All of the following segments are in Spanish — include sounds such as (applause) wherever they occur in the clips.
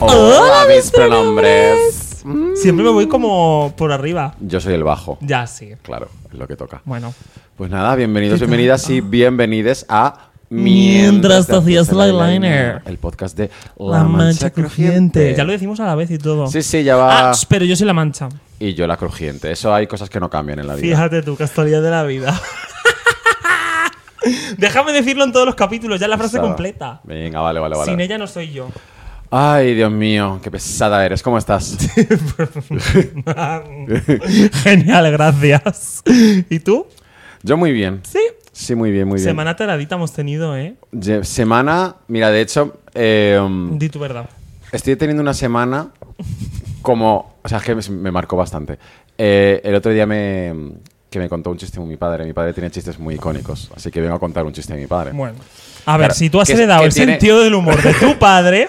Hola, mis pronombres. Siempre me voy como por arriba. Yo soy el bajo. Ya, sí. Claro, es lo que toca. Bueno. Pues nada, bienvenidos, bienvenidas y bienvenides a Mientras te hacías el eyeliner. el podcast de La Mancha Crujiente. Ya lo decimos a la vez y todo. Sí, sí, ya va. Ah, pero yo soy la mancha. Y yo la crujiente. Eso hay cosas que no cambian en la vida. Fíjate tú, casualidad de la vida. (laughs) Déjame decirlo en todos los capítulos, ya la frase Pesada. completa. Venga, vale, vale, vale. Sin ella no soy (laughs) yo. Ay, Dios mío, qué pesada eres. ¿Cómo (laughs) estás? Genial, gracias. ¿Y tú? Yo muy bien. Sí. Sí, muy bien, muy bien. Semana taradita hemos tenido, ¿eh? Ye- Semana, mira, de hecho, eh, Di tu verdad. estoy teniendo una semana como... O sea, es que me- me marcó bastante. Eh, el otro día me, que me contó un chiste mi padre. Mi padre tiene chistes muy icónicos, así que vengo a contar un chiste de mi padre. Bueno. A ver, Eh. Claro, si tú has que- heredado que el tiene- sentido del humor (laughs) de tu padre,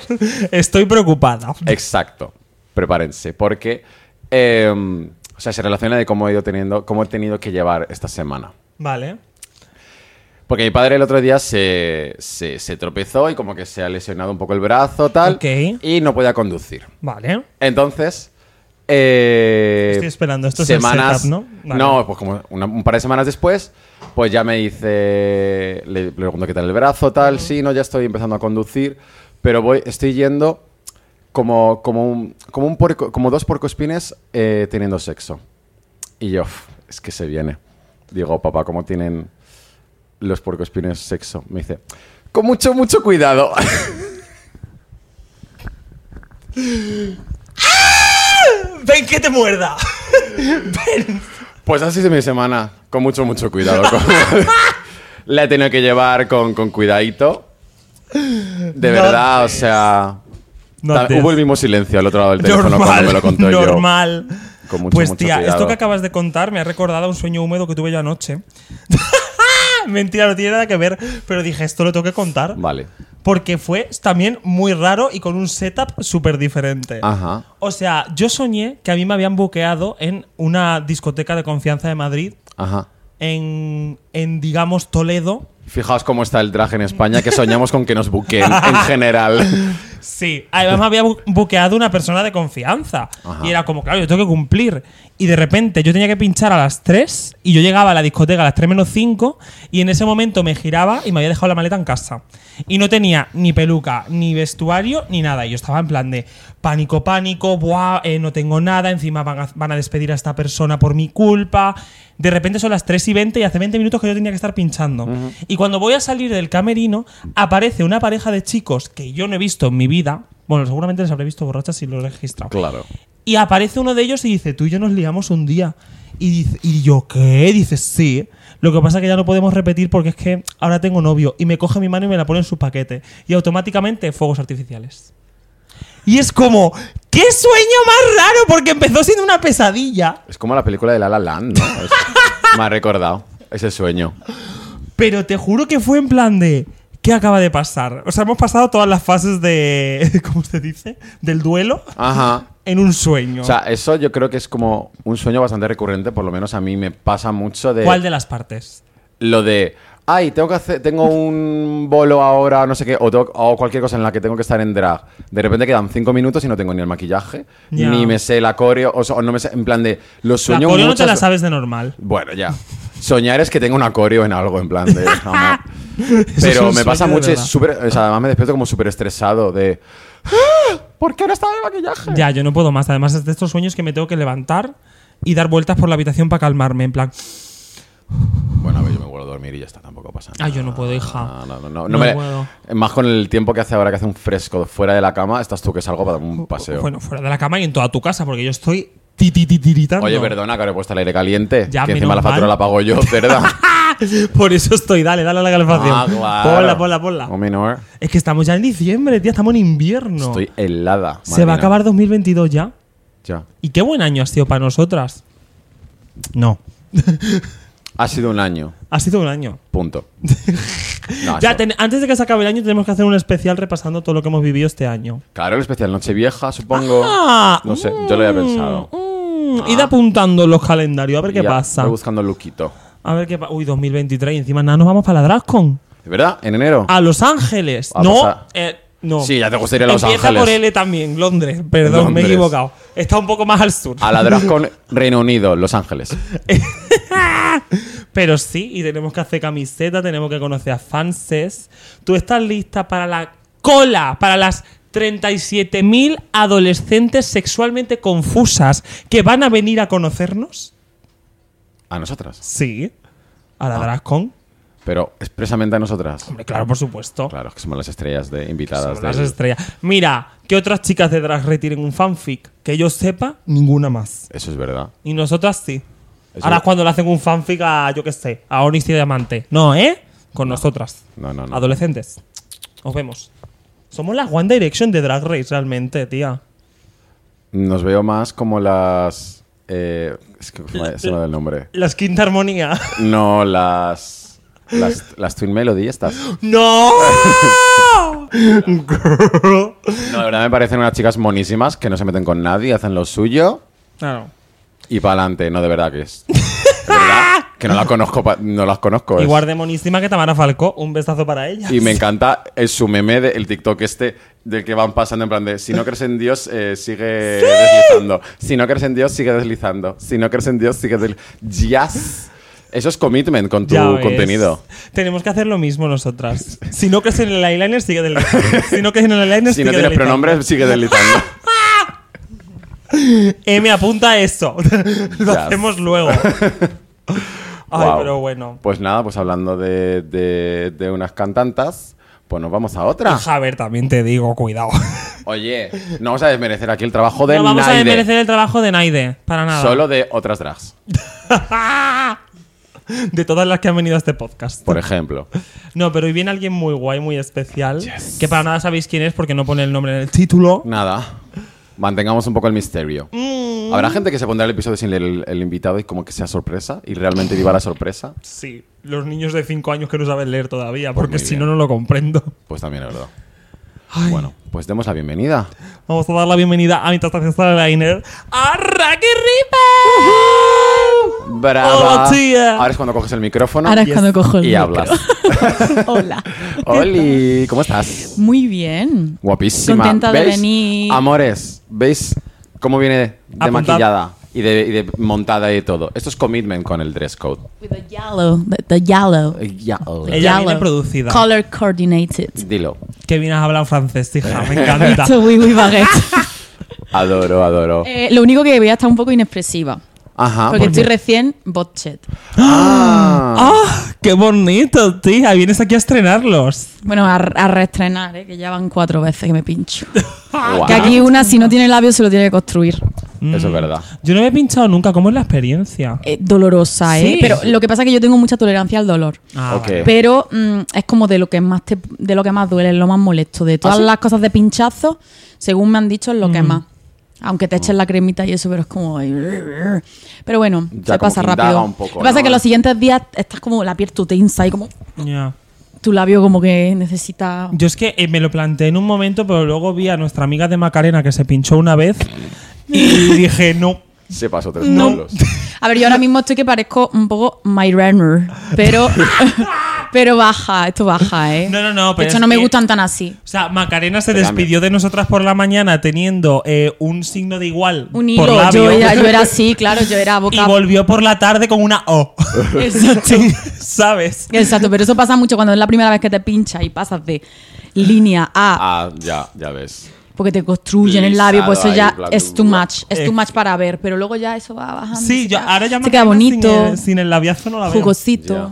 estoy preocupada. Eh. Exacto. Prepárense, porque... eh, o sea, se relaciona de cómo he ido teniendo, cómo he tenido que llevar esta semana. Vale. Porque mi padre el otro día se, se, se tropezó y como que se ha lesionado un poco el brazo, tal. Ok. Y no podía conducir. Vale. Entonces. eh, Estoy esperando, esto es el semanas, setup, ¿no? Vale. No, pues como una- un par de semanas después, pues ya me dice. Le, le pregunto qué tal el brazo, tal. Sí, no, ya estoy empezando a conducir. Pero voy, estoy yendo como, como, un, como, un puerco- como dos puercoespines eh, teniendo sexo. Y yo, "Uf, es que se viene. Digo, papá, ¿cómo tienen los puercoespines sexo? Me dice, con mucho, mucho cuidado. (laughs) ¡Ven que te muerda! Pues así es mi semana, con mucho, mucho cuidado. Con- (laughs) La he tenido que llevar con, con cuidadito. De No verdad, o sea... No ta- te- hubo el mismo silencio al otro lado del teléfono cuando me lo Normal, contó yo. normal. Con mucho, pues mucho tía, cuidado. esto que acabas de contar me ha recordado a un sueño húmedo que tuve yo anoche. (laughs) Mentira, no tiene nada que ver, pero dije, esto lo tengo que contar. Vale. Porque fue también muy raro y con un setup súper diferente. Ajá. O sea, yo soñé que a mí me habían buqueado en una discoteca de confianza de Madrid, Ajá. en, en digamos, Toledo. Fijaos cómo está el traje en España, que soñamos con que nos buquen en (laughs) general. Sí, además me había bu- buqueado una persona de confianza. Ajá. Y era como, claro, yo tengo que cumplir. Y de repente yo tenía que pinchar a las 3 y yo llegaba a la discoteca a las 3 menos 5 y en ese momento me giraba y me había dejado la maleta en casa. Y no tenía ni peluca, ni vestuario, ni nada. Y yo estaba en plan de pánico, pánico, buah, eh, no tengo nada, encima van a, van a despedir a esta persona por mi culpa. De repente son las 3 y 20 y hace 20 minutos que yo tenía que estar pinchando. Y cuando voy a salir del camerino, aparece una pareja de chicos que yo no he visto en mi vida. Bueno, seguramente les habré visto borrachas si lo he registrado. Claro. Y aparece uno de ellos y dice, tú y yo nos liamos un día. Y, dice, y yo, ¿qué? Dice, sí. Lo que pasa es que ya no podemos repetir porque es que ahora tengo novio. Y me coge mi mano y me la pone en su paquete. Y automáticamente fuegos artificiales. Y es como, ¡qué sueño más raro! Porque empezó siendo una pesadilla. Es como la película de La La Land, ¿no? Es- me ha recordado ese sueño. Pero te juro que fue en plan de. ¿Qué acaba de pasar? O sea, hemos pasado todas las fases de. (laughs) ¿Cómo se dice? Del duelo Ajá. en un sueño. O sea, eso yo creo que es como un sueño bastante recurrente, por lo menos a mí me pasa mucho de... ¿Cuál de las partes? lo de ay, tengo que hacer, tengo un bolo ahora, no sé qué, o, tengo- o cualquier cosa en la que tengo que estar en drag. De repente quedan cinco minutos y no tengo ni el maquillaje, Ya. ni me sé la coreo, o, sea, o no me sé, en plan de lo sueño la coreo no te muchas- la sabes de normal. Bueno, ya. Soñar es que tengo un acorio en algo, en plan (laughs) de. amor. es un Pero me sueño pasa de mucho, y es verdad. súper- o sea, además me despierto como súper estresado de. "Ah, ¿Por qué no estaba el maquillaje? Ya, yo no puedo más. Además, es de estos sueños que me tengo que levantar y dar vueltas por la habitación para calmarme. En plan, Bueno, a ver, yo me vuelvo a dormir y ya está, tampoco pasa nada. Ah, yo no puedo, hija. No, no, no. no, No me- puedo. Más con el tiempo que hace ahora que hace un fresco fuera de la cama, estás tú que salgo para dar un paseo. bueno, fuera de la cama y en toda tu casa, porque yo estoy titititiritando. Oye, perdona que ahora he puesto el aire caliente. Ya, que encima la menos factura mal. la pago yo, ¿verdad? (laughs) Por eso estoy, dale, dale a la calefacción. Ah, claro. Ponla, ponla, ponla. O menor. Es que estamos ya en diciembre, tía, estamos en invierno. Estoy helada. Se madre va a mía. acabar 2022 ya. Ya. Y qué buen año ha sido para nosotras. No. Ha sido un año. Ha sido un año. Punto. No, (laughs) Ya eso- ten- antes de que se acabe el año tenemos que hacer un especial repasando todo lo que hemos vivido este año. Claro, el especial Nochevieja, supongo. Ah, no sé, yo lo había mm, pensado. Ah. mm, Id apuntando los calendarios, a ver qué Ya, pasa. Voy buscando Luquito. A ver qué pasa. Uy, 2023 y encima nada, nos vamos para la DragCon. Ah. ¿De verdad? ¿En enero? A Los Ángeles. A no, pasar- eh, No. Sí, ya te gustaría Los Empieza Ángeles. por L también, Londres. Perdón, me he Londres. Ah. equivocado. Está un poco más al sur. A la DragCon Reino Unido, Los Ángeles. Pero sí, y tenemos que hacer camiseta, tenemos que conocer a fanses. ¿Tú estás lista para la cola, para las 37.000 adolescentes sexualmente confusas que van a venir a conocernos? A nosotras. Sí. ¿A Ah. la DragCon? Pero expresamente a nosotras. Hombre, claro, por supuesto. Claro, que somos las estrellas de invitadas. Son las del- estrellas. Mira, ¿qué otras chicas de Drag Race tienen un fanfic? Que yo sepa, ninguna más. Eso es verdad. Y nosotras sí. Eso- Ahora es cuando le hacen un fanfic a, yo qué sé, a Onis y Diamante. No, ¿eh? Con nosotras. No, no, no. Adolescentes. Os vemos. Somos la One Direction de Drag Race, realmente, tía. Nos veo más como las. eh, es que joder, se me da el nombre. Las Quinta Armonía. No, las. Las, las Twin Melody estas. (laughs) (laughs) ¡No! Girl. No, de verdad me parecen unas chicas monísimas que no se meten con nadie, hacen lo suyo Claro. y para adelante. No, de verdad que es. De verdad que no las conozco. pa- No las conozco. es- Igual de monísima que Tamara Falcó. Un besazo para ella. Pues Y me encanta eh, su meme del TikTok este del que van pasando en plan de si no crees en Dios eh, sigue deslizando. Si no crees en Dios sigue deslizando. Si no crees en Dios sigue deslizando. Yes. Eso es commitment con tu Ya ves. contenido. Tenemos que hacer lo mismo nosotras. Si no crees en el eyeliner, sigue del Si no crees en el eyeliner, Si no sigue tienes del pronombres sigue deslizando. M apunta a eso. (laughs) lo Ya. (laughs) hacemos luego. (laughs) Ay, Guau. pero bueno. Pues nada, pues hablando de, de- de unas cantantas, pues nos vamos a otra. A ver, también te digo, cuidado. Oye, no vamos a desmerecer aquí el trabajo de No vamos a Naide, desmerecer el trabajo de Naide, para nada. Solo de otras drags, (laughs) de todas las que han venido a este podcast. por ejemplo. No, pero hoy viene alguien muy guay, muy especial, que para nada sabéis quién es porque no pone el nombre en el título. Nada. Mantengamos un poco el misterio. Mm. Habrá gente que se pondrá el episodio sin leer el, el invitado y como que sea sorpresa y realmente viva la sorpresa. Sí, los niños de 5 años que no saben leer todavía, porque muy si bien. no, no lo comprendo. Pues también es verdad. (laughs) Ay. Bueno, pues demos la bienvenida. Vamos a dar la bienvenida a mi estación Starliner, a Racky Ripper. ¡Brava! Hola, tía. Ahora es cuando coges el micrófono Ahora es y- cuando cojo el y micro. hablas. (laughs) Hola. ¡Oli! ¿Cómo estás? Muy bien. Guapísima. Contenta de ¿Veis? venir. Amores, ¿veis cómo viene de Apuntad. maquillada y de, y de montada y de todo? Esto es commitment con el dress code. With the yellow, the, the yellow. Eh, Ya, ole. The Ella viene producida. Color (laughs) coordinated. Dilo. Que vienes a hablar francés, hija, (laughs) me encanta. Esto oui, oui, baguette. (laughs) Adoro, adoro. Eh, lo único que voy a estar un poco inexpresiva. Ajá. porque ¿por estoy qué? recién botchet. Ah. ¡Ah! ¡Qué bonito, tía! Vienes aquí a estrenarlos. Bueno, a, a reestrenar, eh, que ya van cuatro veces que me (laughs) pincho. pues, Guau. Que aquí una, si no tiene labios, se lo tiene que construir. Eso Mm. es verdad. Yo no me he pinchado nunca. ¿Cómo es la experiencia? Eh, dolorosa, ¿eh? Sí. Pero lo que pasa es que yo tengo mucha tolerancia al dolor. Ah, Ok. vale. Pero mm, es como de lo que más te- de lo que más duele, es lo más molesto. De todas ¿Ah, sí? las cosas de pinchazo, según me han dicho, es lo Mm. que más. Aunque te Mm. echen la cremita y eso, pero es como. Pero bueno, Ya como se pasa que indaga rápido. un poco, lo que pasa ¿no? es que los siguientes días estás como la piel tú tensa y como Ya. tu labio como que necesita. Yo es que eh, me lo planteé en un momento, pero luego vi a nuestra amiga de Macarena que se pinchó una vez (laughs) y dije, no. Se pasó tres No. (laughs) tablos. A ver, yo ahora mismo estoy que parezco un poco My Runner, (laughs) pero. pero baja, esto baja, ¿eh? No, no, no, De pero hecho, es no me que- gustan tan así. O sea, Macarena se Te despidió de nosotras por la mañana teniendo eh, un signo de igual Un por hilo. labio Yo era, yo era así, claro, yo (laughs) era y boca. volvió por la tarde con una O. (laughs) Exacto. Sí, ¿Sabes? Exacto, pero eso pasa mucho cuando es la primera vez que te pinchas y pasas de línea a Ah, ya, ya ves. porque te construyen el Lisado labio, pues eso ahí, ya bla, bla, es too bla. much, es too much para ver, pero luego ya eso va bajando. Sí, se yo, queda- ahora ya se queda Macarena sin bonito, el- Sin el labiazo no la veo. jugosito. Ya.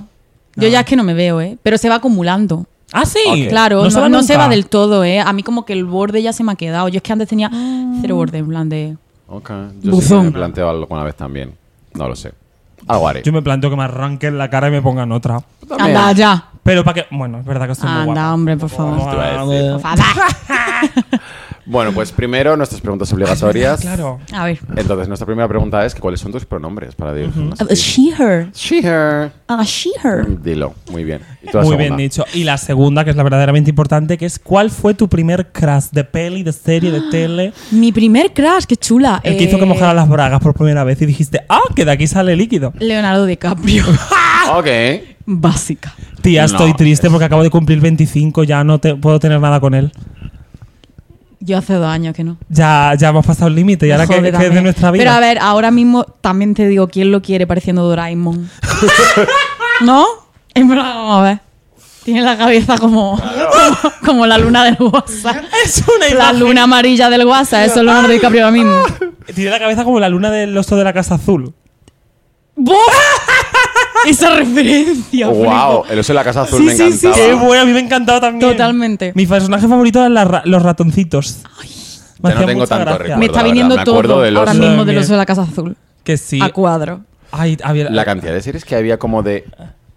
Yo ya es que no me veo, ¿eh? Pero se va acumulando. Ah, sí. Ok. Claro, no, no se, va nunca. del todo, ¿eh? A mí como que el borde ya se me ha quedado. Yo es que antes tenía Ah. cero borde, en plan de... Ok. Yo sí que Buzón. me planteo algo alguna vez también. No lo sé. Algo haré. Yo me planteo que me arranquen la cara y me pongan otra. También. Anda ya. Pero para que. Bueno, es verdad que estoy muy Anda, guapa. hombre, por favor. Te iba a Ah, decir. Por favor. Bueno, pues primero nuestras preguntas obligatorias. (laughs) Claro. A ver. Entonces, nuestra primera pregunta es que ¿cuáles son tus pronombres para dirigirnos? A Uh, she, her. She, her. A she, her. Dilo. Muy bien. ¿Y tú la Muy bien segunda? dicho. Y la segunda, que es la verdaderamente importante, que es ¿cuál fue tu primer crash de peli, de serie, Ah. de tele? Mi primer crush, qué chula. El que hizo que Eh, mojara las bragas por primera vez y dijiste, ah, que de aquí sale líquido. Leonardo DiCaprio. (laughs) Ok. Básica. Tía, estoy No, triste es- porque acabo de cumplir 25, ya no te- puedo tener nada con él. Yo hace dos años que no. Ya, ya hemos pasado el límite y ahora que, Joder, que es de también. nuestra vida. Pero a ver, ahora mismo también te digo quién lo quiere pareciendo (laughs) Doraemon. ¿No? En plan, vamos a ver. Tiene la cabeza como, como, como la luna del (laughs) WhatsApp. (laughs) Es una La imagen. luna amarilla del WhatsApp, eso es lo de DiCaprio (laughs) ahora mismo. Tiene la cabeza como la luna del oso de la casa azul. ¡Buah! Esa referencia. ¡Wow! El oso de la casa azul Sí, me sí, sí, encantaba. Qué bueno, a mí me ha encantado también. Totalmente. Mi personaje favorito eran las ra- los ratoncitos. Me Ya no hacía tengo mucha tanto gracia. recuerdo. la Me está verdad, viniendo me acuerdo todo del ahora oso. mismo del También. oso de la Casa Azul. Que sí. A cuadro. Ay, había- La cantidad de series que había como de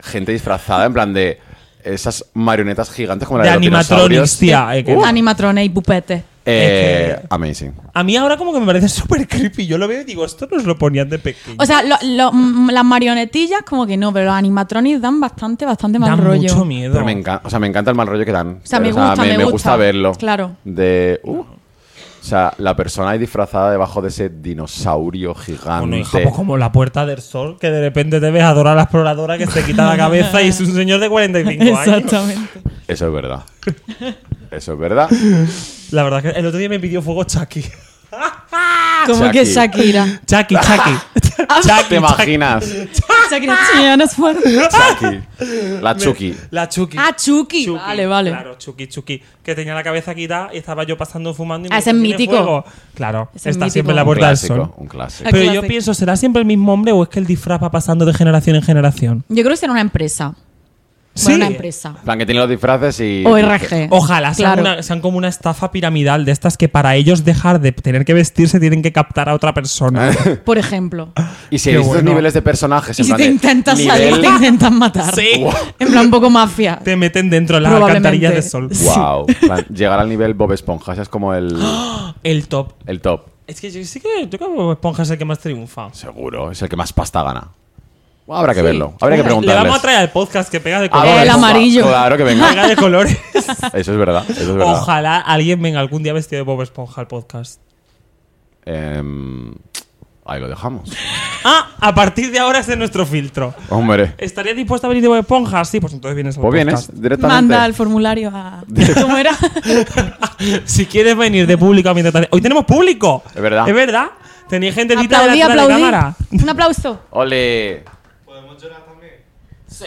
gente disfrazada, en plan de esas marionetas gigantes como la De de, los animatronics, dinosaurios. Uh. tía. eh, que- Animatrones y pupete. Eh, Es que- amazing. A mí ahora como que me parece (laughs) súper creepy. Yo lo veo y digo, esto nos lo ponían de pequeño. O sea, lo- lo- mm, las marionetillas como que no, pero los animatronics dan bastante, bastante mal da rollo. mucho (laughs) miedo. Pero me encanta, o sea, me encanta el mal rollo que dan. O sea, me gusta, me me gusta. gusta verlo. Claro. De. uh, o sea, la persona ahí disfrazada debajo de ese dinosaurio Bueno, gigante. hija, pues como la puerta del sol, que de repente te ves a Dora la exploradora que se (laughs) quita la cabeza y es un señor de 45 años. Exactamente. Eso es verdad. Eso es (laughs) verdad. La verdad es que el otro día me pidió fuego (laughs) Chucky. Ah, Como (laughs) que Shakira. Chucky, (laughs) Chucky. Chucky, ¿Te Chucky. (laughs) imaginas? Shakira chillana es fuerte. Chucky. La Chucky. La Chucky. Ah, Chucky. Chucky, Vale, vale. Claro, Chucky, Chucky. Que tenía la cabeza quitada y estaba yo pasando fumando. Y me Ah, ese es dijo, "¿Tiene mítico. fuego?". Claro, Ese es está mítico. siempre en la Un puerta del sol. clásico. Un clásico. Aquí. Pero yo Clásico. pienso, ¿será siempre el mismo hombre o es que el disfraz va pasando de generación en generación? Yo creo que será una empresa. Sí. Bueno, una empresa. En plan, que tiene los disfraces y. O RG. Ojalá sean, claro. una- sean como una estafa piramidal de estas que para ellos dejar de tener que vestirse tienen que captar a otra persona. (laughs) Por ejemplo. Y si Qué hay estos bueno. niveles de personajes. Y Pues en si plan te de intentas salir, nivel- te intentan matar. sí. En plan, un poco mafia. Te meten dentro de las Probablemente. alcantarillas de sol. Wow. En plan, Llegar al nivel Bob Esponja. Ese es como el, ¡Ah! El top. el top. Es que yo sí que yo creo que Bob Esponja es el que más triunfa. Seguro. Es el que más pasta gana. Bueno, habrá que Sí. verlo. Habrá que Le vamos a preguntarles. traer al podcast que pega de Ah, colores. Bob El Esponja. amarillo. Claro que (laughs) (laughs) venga. Pega de colores. Eso (laughs) es verdad. Eso es verdad. Ojalá alguien venga algún día vestido de Bob Esponja al podcast. Em, ahí lo dejamos. Ah, a partir de ahora ese es nuestro filtro. Hombre. ¿Estarías dispuesto a venir de Bob Esponja? Sí, pues entonces vienes al Pues vienes podcast. directamente. Manda el formulario (laughs) a. ¿Cómo era? (laughs) Si quieres venir de público a mi tratación- Hoy tenemos público. Es verdad. Es verdad. Tenía gente delante aplaudí, de la aplaudí. cámara. Un aplauso. Ole.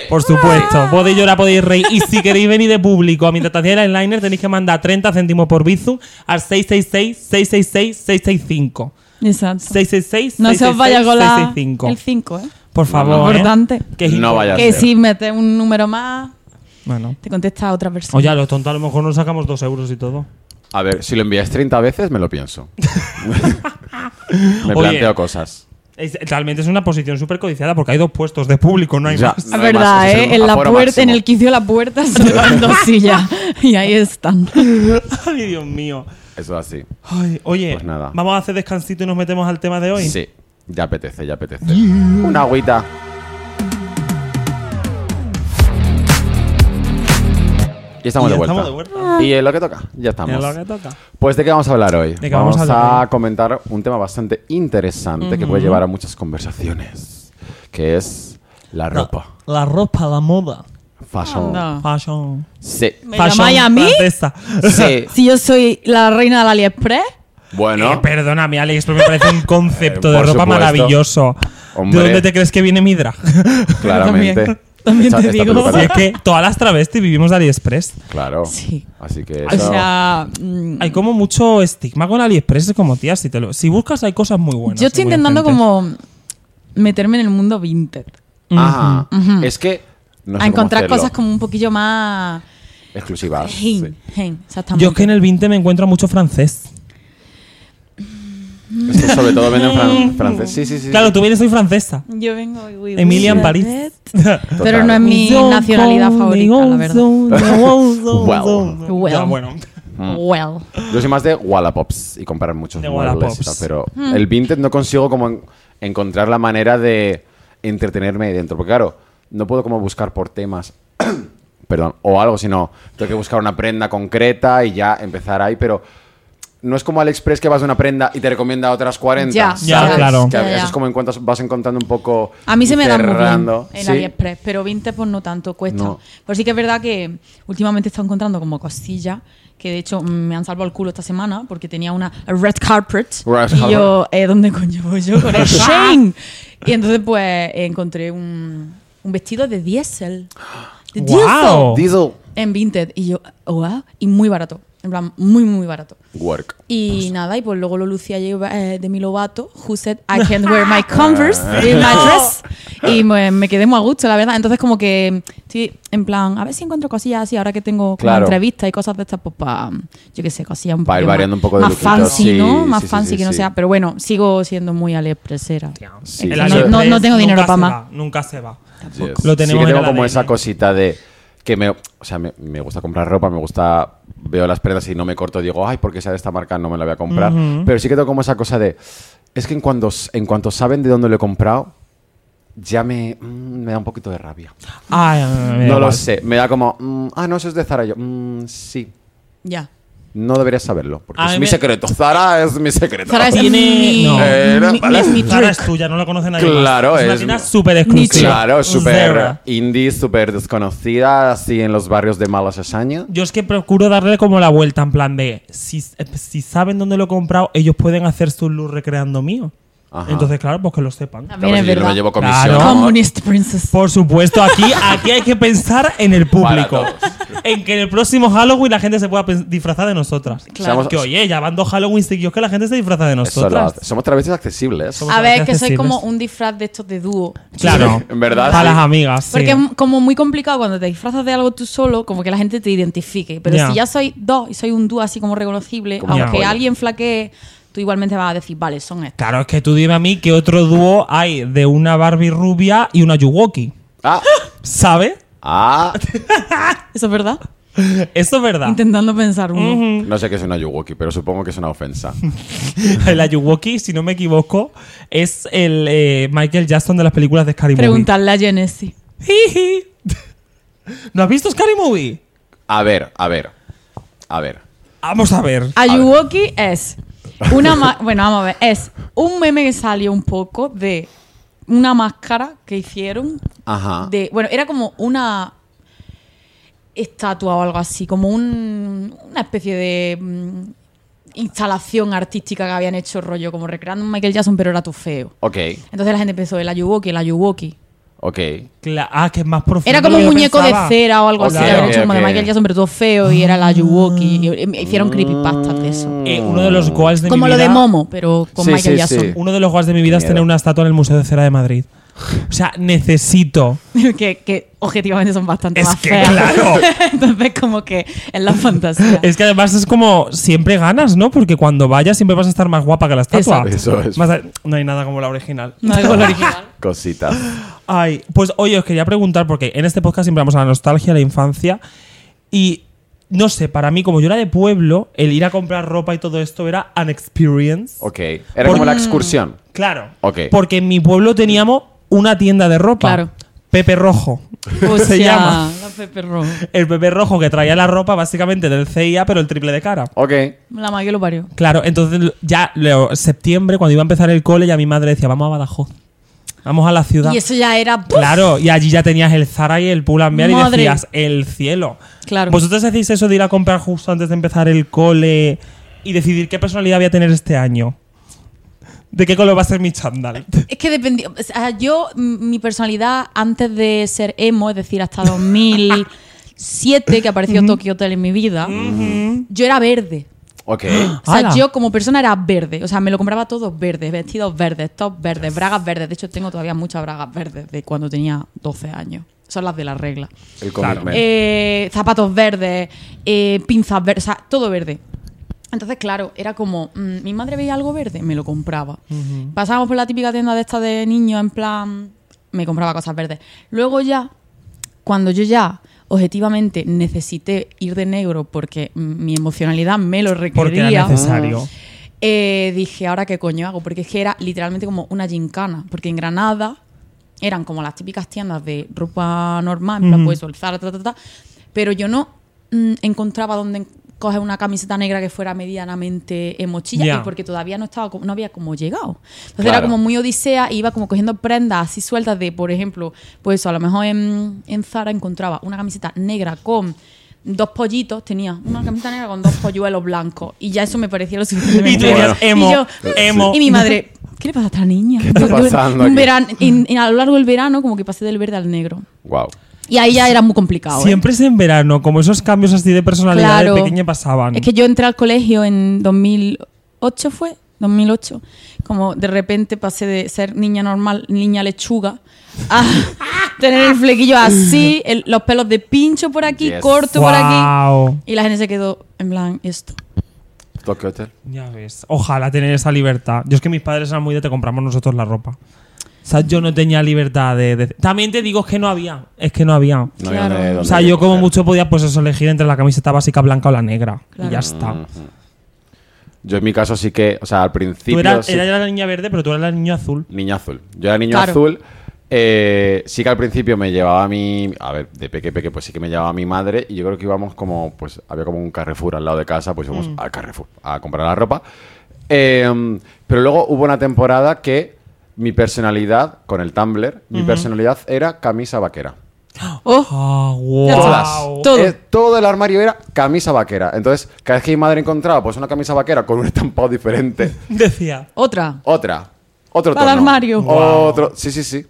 Por Ah. supuesto. Podéis llorar, podéis reír. Y si queréis venir de público a mi tratación del eyeliner, tenéis que mandar 30 céntimos por Bizum al 666-666-665. Exacto. 666 No se os vaya con la. 665. El 5, ¿eh? Por favor. ¿eh? Importante. Que es No importante. vaya a Que ser. si metes un número más, Bueno. te contesta otra persona. Oye, a los tontos a lo mejor nos sacamos dos euros y todo. A ver, si lo envías 30 veces, me lo (laughs) pienso. (laughs) me Oye. planteo cosas. Es- realmente es una posición súper codiciada porque hay dos puestos de público, no hay O sea, más. (laughs) no es hay verdad, más, es ¿eh? el en, la aforo puerta, en máximo. el quicio de la (laughs) puerta se van dos sillas. Y ahí están. Ay, Dios mío. Eso así. Ay, oye, Pues nada. vamos a hacer descansito y nos metemos al tema de hoy. Sí. Ya apetece, ya apetece. Una agüita. Y estamos Y de ya vuelta. estamos de vuelta. Y es lo que toca. Ya estamos. Ah. Es lo que toca. Pues de qué vamos a hablar hoy. ¿De qué vamos a hablar hoy? comentar un tema bastante interesante que puede llevar a muchas conversaciones, que es la ropa. La, ropa, la moda. Fashion. Anda. Fashion. (laughs) Sí. Ah. ¿Me Fashion llamáis a mí? francesa. (laughs) Sí. Si yo soy la reina del AliExpress, Bueno. Eh, perdóname, Alex, pero me (laughs) parece un concepto Eh, de por ropa supuesto. maravilloso. Hombre. ¿De dónde te crees que viene mi drag? (laughs) Claramente. También- también te digo. peluca Si tiene- es que todas las travestis vivimos de AliExpress. Claro. Sí. Así que o eso- sea. mm, Hay como mucho estigma con AliExpress, es como tía, si, te lo, si buscas hay cosas muy buenas. yo estoy muy intentando decentes. como meterme en el mundo vintage. Ajá. Es que no sé a cómo encontrar hacerlo. cosas como un poquillo más. exclusivas. Gen, sí. gen, exactamente. Yo es que en el 20 me encuentro mucho francés. Es que sobre todo venden (laughs) fran- francés. Sí, sí, sí. Claro, tú vienes, soy francesa. Yo vengo hoy, hoy- Emilia en hoy- París. Total. Pero no es mi nacionalidad favorita, la verdad. (laughs) Well. Well. Ya, bueno. Ah. Well. Yo soy más de Wallapops y comprar muchos De muebles y Wallapops. tal, pero Hmm. el Vinted no consigo como en- encontrar la manera de entretenerme ahí dentro. Porque claro, no puedo como buscar por temas, (clears throat) perdón, o algo, sino tengo que buscar una prenda concreta y ya empezar ahí, pero no es como AliExpress que vas de una prenda y te recomienda otras 40. Ya, ¿sabes? Ya, claro. Que ya, ya. eso es como en cuantas vas encontrando un poco. A mí se me da muy bien cerrando. en Sí. AliExpress, pero 20 pues no tanto, cuesta. No. Pero sí que es verdad que últimamente he estado encontrando como cosillas que de hecho mm, me han salvado el culo esta semana porque tenía una red carpet Red y yo, eh, ¿dónde coño voy yo con (laughs) el Shane? y entonces pues encontré un, un vestido de diésel. De Guau. diésel Diesel en Vinted y yo, wow, y muy barato, en plan muy muy barato. work. Y nada, y pues luego lo lucía yo eh, de mi lobato, who said I can wear (laughs) my Converse Ah. with my dress. Y me, me quedé muy a gusto, la verdad. Entonces, como que estoy en plan, a ver si encuentro cosillas así, ahora que tengo como Claro. entrevistas y cosas de estas, pues para, yo qué sé, cosillas un Pa ir poquito variando más, un poco de más lookitos. fancy, Sí, ¿no? sí, Más sí, fancy sí, que no sí. sea. Pero bueno, sigo siendo muy aliexpresera. Sí. El No- AliExpress no- no tengo dinero nunca pa' se más. va, Nunca se va. Yes. sí Lo tenemos que en tengo el como ADN. esa cosita de que me, o sea, me, me gusta comprar ropa, me gusta veo las prendas y no me corto, digo, ay, porque sea de esta marca no me la voy a comprar, pero sí que tengo como esa cosa de es que en cuanto en cuanto saben de dónde lo he comprado ya me, mm, me da un poquito de rabia. Ay, a mí me da no lo igual. sé, me da como, mm, ah, no, eso es de Zara. Y Yo, "Mm, sí, Ya. no deberías saberlo, porque A es mí mi me- secreto. Zara es mi secreto. (laughs) Zara es Tiene- mi, no. Eh, no, mi- vale. (laughs) mi- mi Zara es trick. tuya, no la conoce nadie Claro, más. es- una tienda súper exclusiva. Claro, súper Zara. indie, súper desconocida, así en los barrios de Malasaña. Yo es que procuro darle como la vuelta en plan de si, eh, si saben dónde lo he comprado, ellos pueden hacer su luz recreando mío. Ajá. Entonces, claro, pues que lo sepan. También es yo no verdad. me llevo comisión. Claro. amor. Communist princess. Por supuesto, aquí, aquí hay que pensar en el público. Para todos. En que en el próximo Halloween la gente se pueda pen- disfrazar de nosotras. Claro. Que oye, ya van dos Halloween seguidos que la gente se disfraza de Eso lo nosotras. hace. somos travestis accesibles. Somos- A ver, que soy accesibles. como un disfraz de estos de dúo. Claro. Sí, en verdad, Para sí. las amigas. sí. Porque es como muy complicado cuando te disfrazas de algo tú solo, como que la gente te identifique. Pero Ya. si ya soy dos y soy un dúo así como reconocible, Como una aunque polla. alguien flaquee, tú igualmente vas a decir, vale, son estos. Claro, es que tú dime a mí qué otro dúo hay de una Barbie rubia y una Yuwoki. (laughs) Ah, ¿Sabes? ah, ¿Eso es verdad? Eso es verdad. Intentando pensar uno. no sé qué es una yuwoki, pero supongo que es una ofensa. (laughs) La Yuwoki, si no me equivoco, es el eh, Michael Jackson de las películas de Scary Preguntarle a Genesis. Movie. (laughs) ¿No has visto Scary Movie? A ver, a ver, a ver. Vamos a ver. Ayuwoki (laughs) es una ma- bueno, vamos a ver, es un meme que salió un poco de una máscara que hicieron Ajá. de bueno, era como una estatua o algo así, como un- una especie de mm, instalación artística que habían hecho rollo como recreando un Michael Jackson, pero era tu feo. Ok, Entonces la gente empezó el Ayuwoki, el Ayuwoki. ok. Cla- ah, que es más profundo. Era como de un lo que muñeco pensaba. de cera o algo Ok, así, habían ok, hecho como de ok. Mm. Michael Jackson, pero todo feo y era el Ayuwoki. y- y Hicieron creepypastas de eso. Eh, uno de los goals de Como mi lo vida. de Momo, pero con Sí, Michael sí, Jackson. (laughs) Uno de los goals de mi vida es Miedo. tener una estatua en el Museo de Cera de Madrid. O sea, necesito. que, que objetivamente son bastante Es más que, feas. claro. (laughs) Entonces, como que es la fantasía. Es que además es como siempre ganas, ¿no? Porque cuando vayas siempre vas a estar más guapa que la estatua. Exacto. Eso es. Más a- no hay nada como la original. No es lo original. Cosita. Ay, pues oye, os quería preguntar, porque en este podcast siempre vamos a la nostalgia, a la infancia, y no sé, para mí, como yo era de pueblo, el ir a comprar ropa y todo esto era an experience. Ok. Era como la excursión. Claro. Ok. Porque en mi pueblo teníamos una tienda de ropa. Claro. Pepe Rojo. (laughs) O se sea, llama. La Pepe Rojo. El Pepe Rojo que traía la ropa básicamente del CIA, pero el triple de cara. Ok. La madre que lo parió. Claro, entonces lo- ya lo- septiembre, cuando iba a empezar el cole, ya mi madre decía, vamos a Badajoz. Vamos a la ciudad. Y eso ya era. ¡puf! Claro, y allí ya tenías el Zara y el Pull&Bear y Madre. decías, el cielo. Claro. ¿Vosotros hacéis eso de ir a comprar justo antes de empezar el cole y decidir qué personalidad voy a tener este año? ¿De qué color va a ser mi chándal? Es que dependía. o sea, yo, m- mi personalidad antes de ser emo, es decir, hasta 2007, que apareció Tokyo Hotel en mi vida, yo era verde. (gasps) Ok. O sea, ¡Hala! yo como persona era verde. O sea, me lo compraba todo verde. Vestidos verdes, tops verdes, bragas verdes. De hecho, tengo todavía muchas bragas verdes de cuando tenía 12 años. Son las de la regla. El Claro. commitment. Eh, zapatos verdes, eh, pinzas verdes, o sea, todo verde. Entonces, claro, era como, mm, mi madre veía algo verde, me lo compraba. Pasábamos por la típica tienda de esta de niños, en plan, me compraba cosas verdes. Luego ya, cuando yo ya objetivamente necesité ir de negro porque mm, mi emocionalidad me lo Porque era requería. necesario. Eh, dije, ¿ahora qué coño hago? Porque es que era literalmente como una gincana. Porque en Granada eran como las típicas tiendas de ropa normal, en plan, pues, o el Zara, ta, ta, ta, Pero yo no mm, encontraba dónde en- coges una camiseta negra que fuera medianamente en mochila Ya. y porque todavía no estaba co- no había como llegado. Entonces Claro. era como muy odisea y iba como cogiendo prendas así sueltas de, por ejemplo, pues eso, a lo mejor en, en Zara encontraba una camiseta negra con dos pollitos, tenía una camiseta negra con dos polluelos blancos y ya eso me parecía lo suficientemente. Y tú decías, Y emo, yo- emo. (laughs) y mi madre, ¿qué le pasa a esta niña? ¿Qué está pasando Un aquí? verano- en- en- a lo largo del verano como que pasé del verde al negro. Wow. Y ahí ya era muy complicado. ¿eh? Siempre es en verano, como esos cambios así de personalidad de pequeña pasaban. Es que yo entré al colegio en 2008 fue, 2008. Como de repente pasé de ser niña normal, niña lechuga, a (laughs) tener el flequillo así, el- los pelos de pincho por aquí, Yes. corto por aquí. Guau. Y la gente se quedó en plan, esto. Tokyo Hotel. Ya ves. Ojalá tener esa libertad. Yo es que mis padres eran muy de te compramos nosotros la ropa. O sea, yo no tenía libertad de, de- También te digo es que no había. Es que no había. No Claro. había dónde- O sea, dónde yo como coger. mucho podía pues eso, elegir entre la camiseta básica blanca o la negra. Claro. Y ya está. Yo en mi caso sí que, o sea, al principio... Tú eras, sí- eras la niña verde, pero tú eras la niña azul. Niño azul. Yo era niño Claro. azul. eh, sí que al principio me llevaba mi... A ver, de peque peque, pues sí que me llevaba mi madre y yo creo que íbamos como... Pues había como un Carrefour al lado de casa, pues Mm. íbamos al Carrefour a comprar la ropa. Eh, pero luego hubo una temporada que mi personalidad, con el Tumblr, mi personalidad era camisa vaquera. Oh, Ah, wow. Ya Todas. Todo. Eh, todo el armario era camisa vaquera. Entonces, cada vez que mi madre encontraba pues una camisa vaquera con un estampado diferente, Decía. otra. otra. Otro Para tono. armario. Otro. Sí, sí, sí.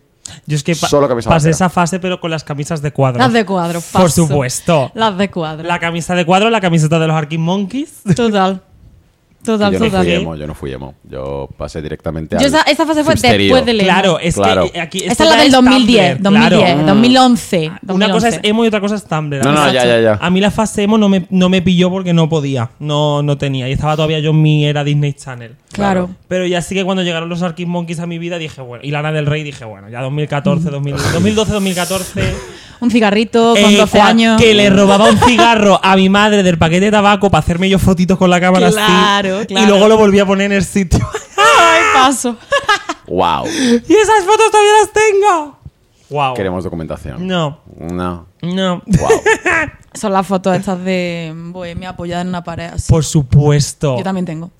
Yo es que pa- Solo camisa pasé vaquera. esa fase, pero con las camisas de cuadro. Las de cuadro, Por paso. supuesto. Las de cuadro. La camisa de cuadro, la camiseta de los Arctic Monkeys. Total. Total, yo no total. fui ¿eh? emo, yo no fui emo. Yo pasé directamente Yo al esa, esa fase fue hipsterío. después del emo. Claro, es Claro. Mm. que aquí. esto Esa es la ya del 2010, Tumblr, 2010, claro. Ah, 2011, 2011. Una cosa es emo y otra cosa es Tumblr. No, no, ya, ya, ya. A mí la fase emo no me, no me pilló porque no podía, no, no tenía. Y estaba todavía yo en mi era Disney Channel. Claro. Pero ya sí que cuando llegaron los Arctic Monkeys a mi vida dije, bueno, y Lana del Rey dije, bueno, ya 2014, 2000, Mm. 2012, 2014. Un cigarrito con eh, 12 cua- años. Que le robaba un cigarro a mi madre del paquete de tabaco para hacerme yo fotitos con la cámara Claro, así. Y claro. luego lo volví a poner en el (laughs) sitio. Ay, paso. Wow. ¡Y esas fotos todavía las tengo! ¡Wow! Queremos documentación. No, No. no. Wow. Son las fotos estas de Bohemia apoyada en una pared así. Por supuesto. Yo también tengo.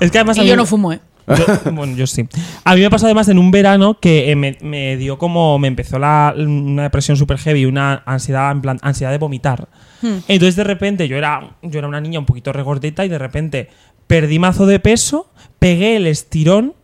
Es que además. a Y mí- yo no fumo, ¿eh? Yo- bueno, yo sí. A mí me pasó además en un verano que eh, me, me dio como. Me empezó la, una depresión super heavy, una ansiedad, en plan, ansiedad de vomitar. Entonces, de repente, yo era, yo era una niña un poquito regordita y de repente perdí mazo de peso, pegué el estirón.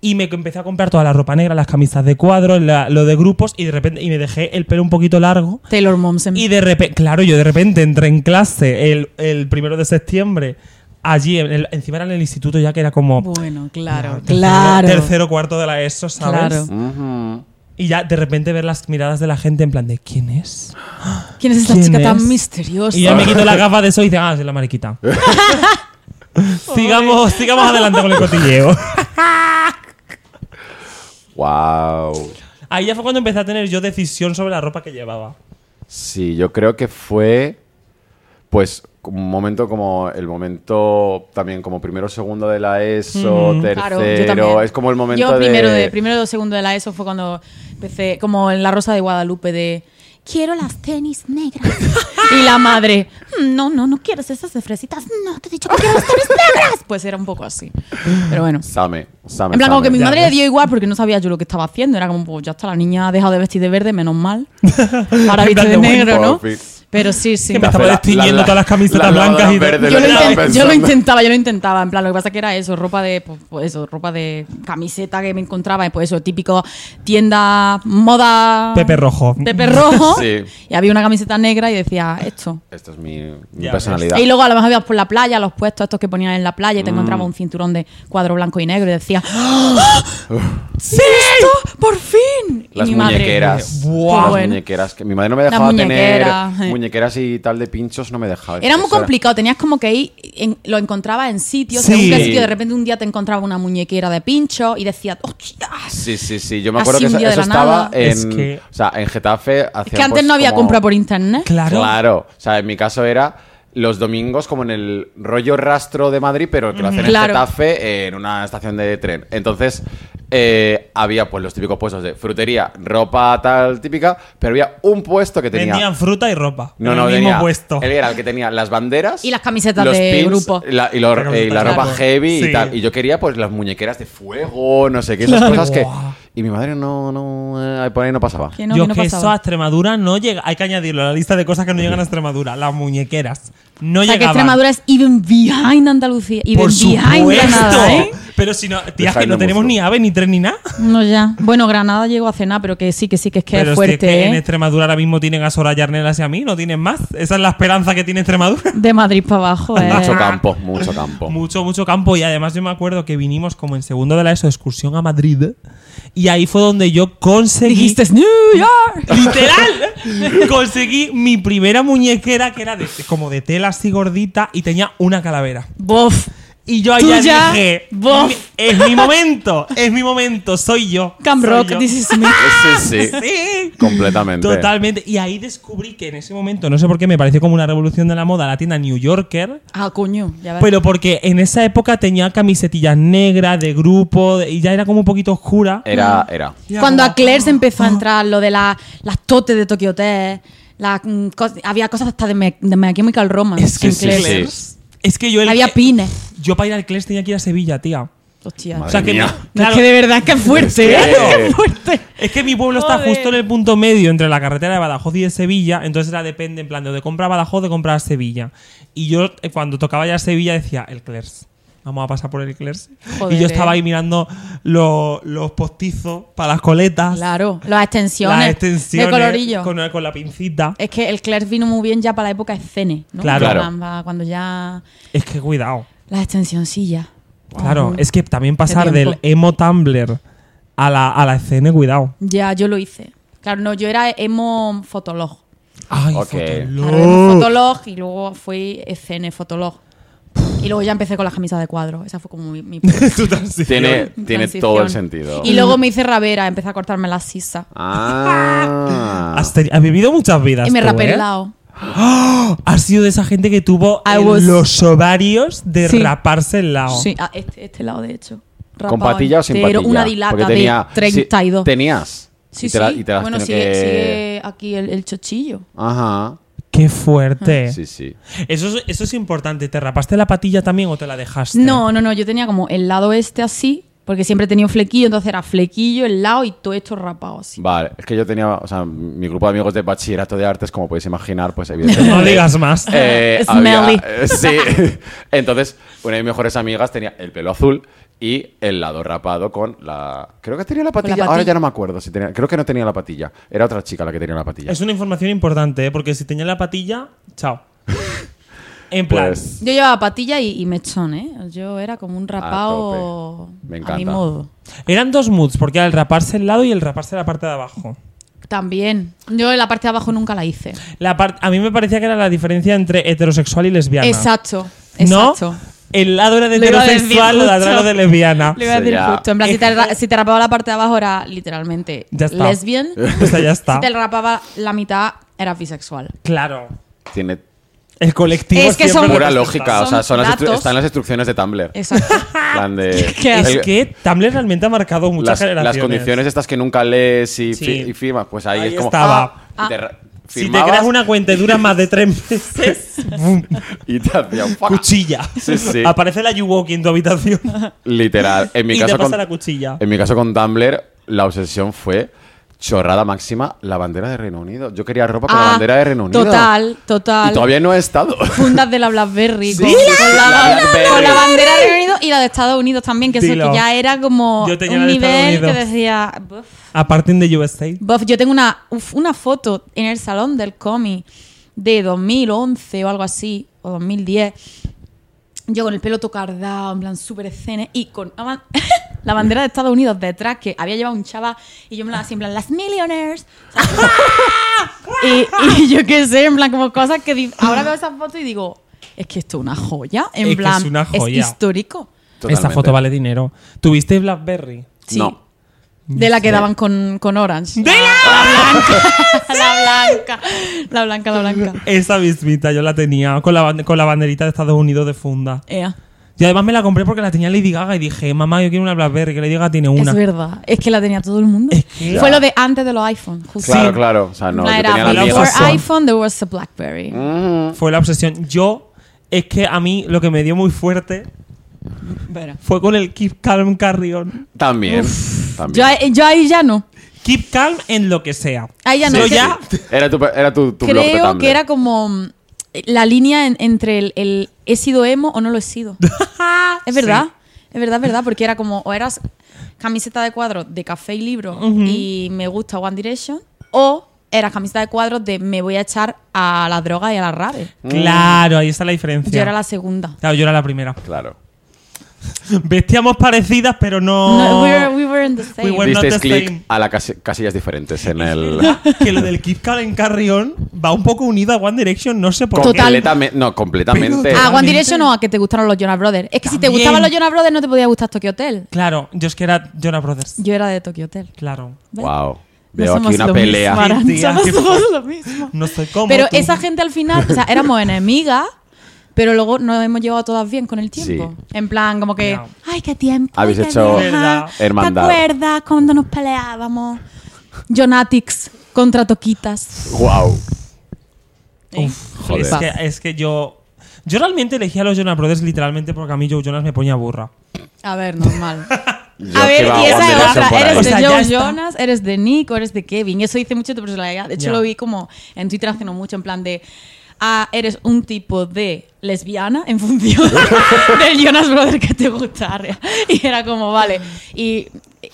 Y me empecé a comprar toda la ropa negra, las camisas de cuadro, la- lo de grupos, y de repente, y me dejé el pelo un poquito largo. Taylor Momsen. Y de repente, claro, yo de repente entré en clase el, el primero de septiembre, allí, en el- encima era en el instituto ya que era como... Bueno, ah, claro, tercero- claro. Tercero, cuarto de la ESO, ¿sabes? Claro. Ujú. Y ya de repente ver las miradas de la gente en plan de ¿quién es? ¿Quién es esta ¿Quién chica es? tan misteriosa? Y ya me quito la gafa de eso y dice, ah, es la (laughs) mariquita. sigamos, sigamos adelante con el (laughs) cotilleo. Wow. Ahí ya fue cuando empecé a tener yo decisión sobre la ropa que llevaba. Sí, yo creo que fue. Pues como un momento como el momento también como primero segundo de la ESO, Claro, tercero, yo también. es como el momento Yo primero de, de primero o segundo de la ESO fue cuando empecé como en La Rosa de Guadalupe de quiero las tenis negras. (laughs) y la madre, "Mm, no, no, no quieres esas de fresitas. No, te he dicho que quiero las tenis negras. Pues era un poco así. Pero bueno. Same, Same, En plan, como Same. que mi Ya madre ves. le dio igual porque no sabía yo lo que estaba haciendo. Era como, pues ya está, la niña ha dejado de vestir de verde, (laughs) menos mal. Ahora En viste plan de de buen negro, ¿no? outfit. Pero sí, sí. Que me estaba La- la- destiñendo la- todas las camisetas la lavadora blancas y verde, tal. la- Yo lo, Estaba inten- yo pensando. lo intentaba, yo lo intentaba. En plan, lo que pasa que era eso, ropa de, pues, pues eso, ropa de camiseta que me encontraba, pues eso, típico tienda moda. Pepe Rojo. Ah. Pepe Rojo. Sí. Y había una camiseta negra y decía esto. Esta es mi, mi Ya ves. personalidad. Y luego a lo mejor ibas por la playa, los puestos estos que ponían en la playa y te Mm. encontraba un cinturón de cuadro blanco y negro y decía ¡Ah! ¡Sí! ¡Esto! ¡Por fin! Las y mi madre, muñequeras. qué Buah. Las bueno. muñequeras. Que mi madre no me Las dejaba tener muñequeras, eh. muñequeras y tal de pinchos, no me dejaba. Era muy Eso complicado, tenías como que ir, en- lo encontrabas en sitios, Sí. según qué sitio, de repente un día te encontraba una muñequera de pincho y decías, ¡hostia! Sí, sí, sí. Yo me Así acuerdo que un eso, día de eso la nada. estaba en, Es que- o sea, en Getafe. pues, Es que antes no había compra por internet. pues Claro. Claro. O sea, en mi caso era los domingos como en el rollo rastro de Madrid, pero que lo hacen en Claro. Getafe en una estación de tren. Entonces, eh, había pues los típicos puestos de frutería, ropa tal típica, pero había un puesto que tenía... Vendían fruta y ropa. No, en no, el mismo tenía- puesto. Él era el que tenía las banderas. Y las camisetas los de pins, grupo. la- y, lo- La eh, y la camiseta de ropa grupo. heavy Sí. y tal. Y yo quería, pues, las muñequeras de fuego, no sé qué, esas Claro. cosas que. Guau. Y mi madre no, no, eh, por ahí no pasaba. Que no, Yo que no que eso a pasaba. Extremadura no llega. Hay que añadirlo a la lista de cosas que no llegan a Extremadura. Las muñequeras. No O sea, que llegaban. Extremadura es even behind Andalucía. Even Por behind supuesto. Granada, ¿eh? Pero si no, tías, Dejar que no de tenemos musgo. ni ave, ni tren, ni nada. No, ya. Bueno, Granada llegó a cenar, pero que sí, que sí, que es que Pero es si fuerte, que en ¿eh? Extremadura ahora mismo tienen a Soraya Arnelas y a mí, no tienen más. Esa es la esperanza que tiene Extremadura. (laughs) De Madrid para abajo, ¿eh? Mucho campo, mucho campo. Mucho, mucho campo. Y además yo me acuerdo que vinimos como en segundo de la ESO, excursión a Madrid. Y ahí fue donde yo conseguí... Dijiste "Es New York. (laughs) Literal. (laughs) conseguí mi primera muñequera que era de- como de tela así gordita y tenía una calavera. Bof. Y yo Tú allá ya, dije, bof. "Mi- es mi momento, es mi momento, soy yo. Cam soy Rock, yo". this is me. Sí, sí, (laughs) (laughs) Sí. Completamente. Totalmente. Y ahí descubrí que en ese momento, no sé por qué, me pareció como una revolución de la moda la tienda New Yorker. Ah, coño. (laughs) Ya ves. Pero porque en esa época tenía camisetillas negras de grupo de- y ya era como un poquito oscura. Ah. Era, era. Y era Cuando como, a Claire se empezó a entrar lo de la- las totes de Tokyo Hotel, la, mm, cos- había cosas hasta de, me, de My Chemical Romance. Es que en Sí, Claire. sí, sí. Claire's- Es que yo el- Había pines. Yo para ir al Claire's tenía que ir a Sevilla, tía. Hostia. Madre o sea que mía. no- No, claro, es que de verdad que es fuerte, Es que- ¿eh? (laughs) Es fuerte. Es que mi pueblo está Joder. justo en el punto medio entre la carretera de Badajoz y de Sevilla, entonces era depende en plan de, o de comprar Badajoz o de comprar Sevilla. Y yo eh, cuando tocaba ya Sevilla decía, el Clers. Vamos a pasar por el Clers. Joder, y yo estaba eh. ahí mirando lo- los postizos para las coletas, Claro, las extensiones, las extensiones de colorillo. Con, con la pincita. Es que el Claire vino muy bien ya para la época escene, ¿no? Claro. Claro. Cuando- Cuando ya Es que cuidado. las extensioncillas. Claro, Ujú. es que también pasar tiempo. del emo Tumblr a la, a la escena, cuidado. Ya, yo lo hice. Claro, no, yo era emo fotolog. Ay, Ok. Fotolog. Claro, emo (laughs) fotolog y luego fui escene fotolog. Y luego ya empecé con las camisas de cuadro. Esa fue como (laughs) mi, (laughs) mi Tu transición. Tiene, tiene transición. todo el sentido. Y luego me hice rabera, empecé a cortarme la sisa. Ah. Has, teni- has vivido muchas vidas. y me tú, rapé ¿eh? el lado. Has sido de esa gente que tuvo I el- was- los ovarios de Sí. raparse el lado. Sí, a este, este lado, de hecho. Ah. ¿Con Rapado patilla o sin entero, patilla? Una dilata Porque tenía, de 32. sí, tenías. sí, y te la- sí. y te las bueno, tengo sigue, que- sigue aquí el, el chochillo. Ajá. Qué Ah. fuerte. Sí, sí. Eso, es, eso es importante. ¿Te rapaste la patilla también o te la dejaste? No, no, no. Yo tenía como el lado este así, porque siempre he tenido flequillo, entonces era flequillo, el lado y todo esto rapado así. Vale, es que yo tenía, o sea, mi grupo de amigos de bachillerato de artes, como podéis imaginar, pues evidentemente. No digas más. Eh, Smelly. había- eh, sí. (laughs) Entonces, una de mis mejores amigas tenía el pelo azul y el lado rapado con la. Creo que tenía la patilla. Ahora patilla. ya no me acuerdo si tenía. Creo que no tenía la patilla. Era otra chica la que tenía la patilla. Es una información importante, ¿eh? porque si tenías la patilla, (laughs) chao. En plan. Pues, Yo llevaba patilla y, y mechón, ¿eh? Yo era como un rapado tope. Me a mi encanta. modo. Eran dos moods, porque era el raparse el lado y el raparse la parte de abajo. También. Yo en la parte de abajo nunca la hice. La par- a mí me parecía que era la diferencia entre heterosexual y lesbiana. Exacto. ¿No? Exacto. El lado era de Lo iba a decir heterosexual, lo de atrás justo. lo de lesbiana. Le iba a Sí, decir ya. justo. En plan, si te, ra- si te rapaba la parte de abajo era literalmente Ya (laughs) está. lesbian. Pues O sea, ya está. Si te rapaba la mitad era bisexual. Claro. tiene El colectivo Es que siempre son- pura representa. lógica. O sea, son las datos. instru- están las instrucciones de Tumblr. (laughs) Exacto. Plan de- ¿Qué (laughs) Es el- que Tumblr realmente ha marcado muchas las, las generaciones. condiciones estas que nunca lees y, Sí. fi- y firmas, pues ahí, Ahí es como. estaba. ah, y te ra- Si te firmabas creas una cuenta y dura más de tres (laughs) meses, ¡bum! Y te hacía un cuchilla. Sí, sí. Aparece la Yuwoki en (laughs) tu habitación Literal. En mi y caso te pasa con- la cuchilla. En mi caso con Tumblr, la obsesión fue chorrada máxima la bandera de Reino Unido. Yo quería ropa con la Ah, bandera de Reino Unido. Total, total. Y todavía no he estado. Fundas de la Blackberry Sí, (laughs) con, con la, la Blackberry. con la bandera de Reino Unido y la de Estados Unidos también, que, eso Dilo. que ya era como Yo tenía un la de Estados nivel que Unidos. decía. "Buf". Aparte de USA. Bof, yo tengo una, uf, una foto en el salón del cómic de 2011 o algo así, o 2010. Yo con el pelo tocardado, en plan súper escena, y con la ban- (laughs) la bandera de Estados Unidos detrás, que había llevado un chava, y yo me la hacía en plan, las millionaires. ¿sabes? (laughs) y, y yo qué sé, en plan, como cosas que di- ahora veo esa foto y digo, es que esto es una joya, en Es que plan, es una joya. histórico. Esa Totalmente. foto vale dinero. ¿Tuviste Blackberry? Sí. No. De la que daban con, con Orange. ¡De (laughs) la! blanca. La blanca. La blanca, la blanca. Esa mismita yo la tenía con la, ban- con la banderita de Estados Unidos de funda. Ea. Y además me la compré porque la tenía Lady Gaga y dije, mamá, yo quiero una Blackberry, que Lady Gaga tiene una. Es verdad, es que la tenía todo el mundo. Es que- Fue lo de antes de los iPhone, justo. Claro, Sí. claro. O sea, Ah, no, No, yo era tenía la mía. Apple. Mm. Por before Razón. iPhone there was a BlackBerry. Fue la obsesión. Yo, es que a mí lo que me dio muy fuerte Verá. fue con el Keep Calm Carrion. También. Yo, también. ahí- yo ahí ya no. Keep Calm en lo que sea. Ahí ya no. Yo Sí, ya. Era tu, era tu, tu blog de Creo Tumblr. que era como mm, la línea en- entre el, el he sido emo o no lo (laughs) he sido. es verdad, es verdad, es verdad, porque era como o eras camiseta de cuadros de café y libro y me gusta One Direction o eras camiseta de cuadros de me voy a echar a la droga y a la rave. Claro, ahí está la diferencia. Yo era la segunda. Claro, yo era la primera. Claro. Vestíamos parecidas, pero no. No, we, were, we were in the same. were- Pues no Disteis te clic estoy- a las casillas diferentes en el. que lo del Keep Calm Carrion va un poco unido a One Direction, no sé por qué. (laughs) Total. Completame- No, completamente. Pero- Ah, One Realmente. Direction o a que te gustaron los Jonas Brothers. Es que si te También. gustaban los Jonas Brothers no te podía gustar Tokyo Hotel. Claro, yo es que era Jonah Brothers. Yo era de Tokyo Hotel. Claro. ¿Ves? Wow. No Veo somos aquí una lo pelea. (laughs) mismo, Arancha, Tía, no qué (laughs) somos fuerte. lo mismo. No sé cómo. Pero tú. esa gente al final, o sea, (laughs) éramos enemigas, pero luego nos hemos llevado todas bien con el tiempo. En plan, como que, Ya. ay, qué tiempo. Habéis qué hecho bien, ajá. hermandad. ¿Te acuerdas cuando nos peleábamos? Jonatics contra Toquitas. Wow. Uf, Joder. Es, que, es que yo. Yo realmente elegí a los Jonas Brothers literalmente porque a mí Joe Jonas me ponía burra. A ver, normal. Yo A ver, que va One y esa es Direction otra. por ahí. Eres O sea, de ya Joe está. Jonas, eres de Nick o eres de Kevin. Eso dice mucho de tu personalidad. De hecho, Ya. lo vi como en Twitter hace no mucho, en plan de. Ah, eres un tipo de lesbiana en función (laughs) del Jonas Brother que te gusta. Y era como, vale. Y. eh,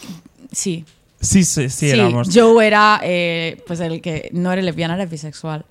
Sí, Sí, sí, sí, sí, éramos. (laughs) Joe era eh, pues el que no era lesbiana, era bisexual.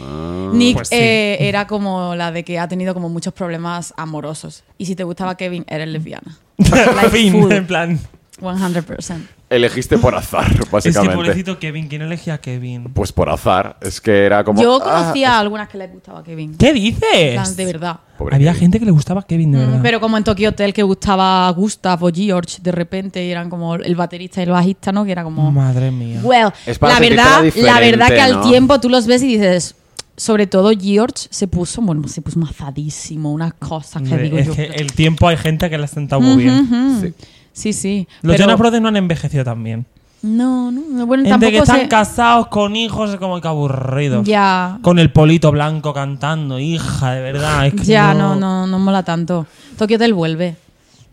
Ah. Nick Pues sí. eh, era como la de que ha tenido como muchos problemas amorosos. Y si te gustaba Kevin, (laughs) eres lesbiana. Like fin, full. en plan. 100%. Elegiste por azar, Es que básicamente. pobrecito Kevin, ¿quién elegía a Kevin? pues por azar. Es que era como. Yo ah, conocía a algunas que les gustaba Kevin. ¿Qué En plan, dices? De verdad. pobre Había Kevin. gente que le gustaba a Kevin, de verdad. Mm, Pero como en Tokyo Hotel que gustaba a Gustav o George de repente y eran como el baterista y el bajista, ¿no? Que era como... Madre mía. Well, Es para la sentirte verdad, diferente, la verdad que al ¿no? tiempo tú los ves y dices... Sobre todo George se puso, bueno, se puso mazadísimo, unas cosas que Hombre, digo es yo. que el tiempo hay gente que la ha sentado muy bien. Ujú. Sí. Sí, sí. Los pero- Jonas Brothers no han envejecido tan bien. No, no, bueno, Gente que tampoco están sé- casados con hijos, es como que aburrido. Ya. Con el polito blanco cantando, hija, de verdad. es que Ya, yo- no, no, no mola tanto. Tokyo Hotel vuelve.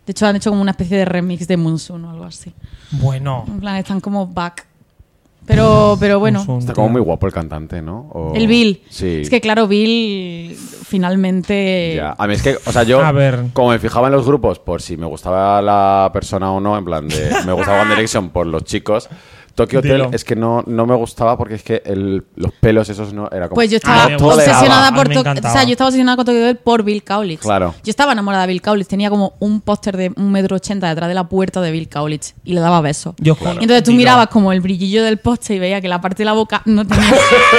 De hecho, han hecho como una especie de remix de Monsoon o algo así. Bueno. En plan, están como back. Pero, pero bueno. Monsoon, Está tío. como muy guapo el cantante, ¿no? O- El Bill. Sí. Es que claro, Bill finalmente. Ya. A mí es que, o sea, yo A ver. como me fijaba en los grupos por si me gustaba la persona o no, en plan de me gustaba One Direction por los chicos, Tokyo Hotel Dilo. es que no, no me gustaba porque es que el- los pelos esos no era como... Ah, Pues yo A estaba mí Ah, me gustaba, a obsesionada (laughs) mí por me Tokyo O encantaba. sea, yo estaba obsesionada con Tokyo Hotel por Bill Kaulitz. Claro. Yo estaba enamorada de Bill Kaulitz. Tenía como un póster de un metro ochenta detrás de la puerta de Bill Kaulitz y le daba besos. Yo Y juro. Entonces tú Dilo. mirabas como el brillillo del poste y veía que la parte de la boca (laughs) no tenía,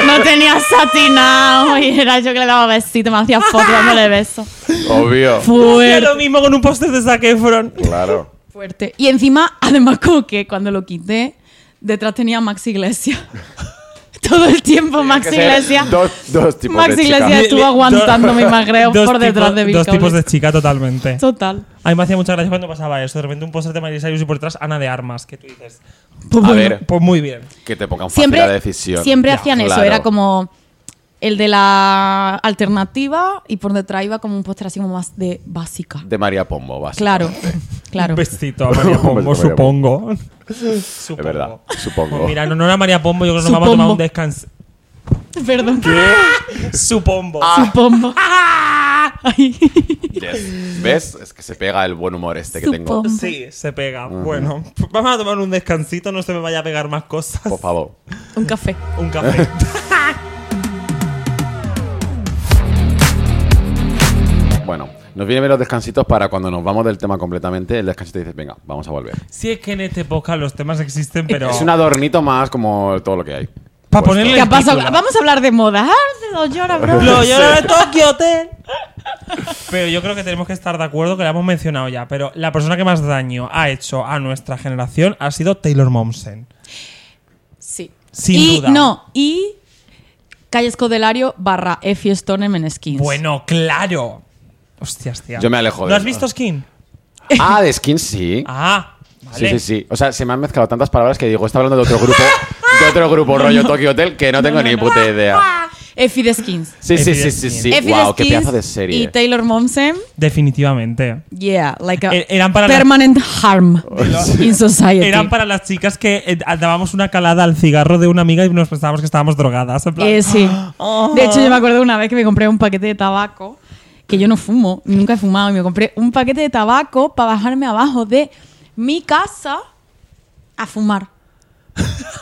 no tenía satinado y era yo que le daba besito, me hacía fotos dándole besos. Obvio. Hacía Fuerte, lo mismo con un póster de Zac Efron. claro. fuerte. Y encima, además como que cuando lo quité, detrás tenía a Max Iglesias. (laughs) Todo el tiempo Max que ser Iglesias. Dos, dos tipos Max de chicas. Iglesias. Ya estuvo Dos- aguantando mi magreo dos por detrás de Bill Dos tipos de Kaulitz. chica, totalmente. Total. A mí me hacía mucha gracia cuando pasaba eso. De repente un póster de Miley Cyrus y por detrás Ana de Armas, que tú dices. Pues A bueno. ver. Pues muy bien. Que te pongan fácil siempre, la decisión. Siempre Ya, hacían eso, claro. era como el de la alternativa y por detrás iba como un póster así como más de básica. De María Pombo, Claro, básicamente. claro. Un besito a María (laughs) Un Pombo, besito a María supongo. Es Supongo. verdad, supongo. Pues mira, en honor a María Pombo, yo creo que nos vamos a tomar Supongo. un descanso. (laughs) Perdón. Supongo. Ah. (laughs) Supongo. (laughs) Ay. Yes. ¿Ves? Es que se pega el buen humor este que Supongo. tengo. Sí, se pega. Ah. Bueno, pues vamos a tomar un descansito, no se me vaya a pegar más cosas. Por favor. Un café. (laughs) Un café. Bueno, nos vienen bien los descansitos para cuando nos vamos del tema completamente. El descansito dices, venga, vamos a volver. si es que en este podcast los temas existen, pero. Es un adornito más como todo lo que hay. Para Puesto. ponerle- ¿Qué ha pasado? Película. Vamos a hablar de moda. Ah, de los llora, (laughs) bro. Lo llora de Tokio Hotel. Pero yo creo que tenemos que estar de acuerdo que la hemos mencionado ya. Pero la persona que más daño ha hecho a nuestra generación ha sido Taylor Momsen. Sí. Sin y, duda. No, y Calle Escodelario barra Effie Stone en Skins. Bueno, claro. Hostias, tía. Yo me alejo de ¿No has eso. visto Skin? Ah, de Skins sí. Ah, vale. Sí, sí, sí. O sea, se me han mezclado tantas palabras que digo, está hablando de otro grupo, de otro grupo rollo Tokyo Hotel que no tengo ni Ah, puta idea. Effie the Skins. Sí, sí, sí, sí, sí. Evidentemente. Effie the Wow, qué Skins pedazo de Y serie. Taylor Momsen. Definitivamente. Yeah, like a Eh, eran para la- Oh, permanent (laughs) harm in society. Eran para las chicas que eh, dábamos una calada al cigarro de una amiga y nos pensábamos que estábamos drogadas. en plan, (gasps) Eh, sí. De hecho, Oh. yo me acuerdo una vez que me compré un paquete de tabaco, que yo no fumo, nunca he fumado, y me compré un paquete de tabaco para bajarme abajo de mi casa (laughs) a fumar.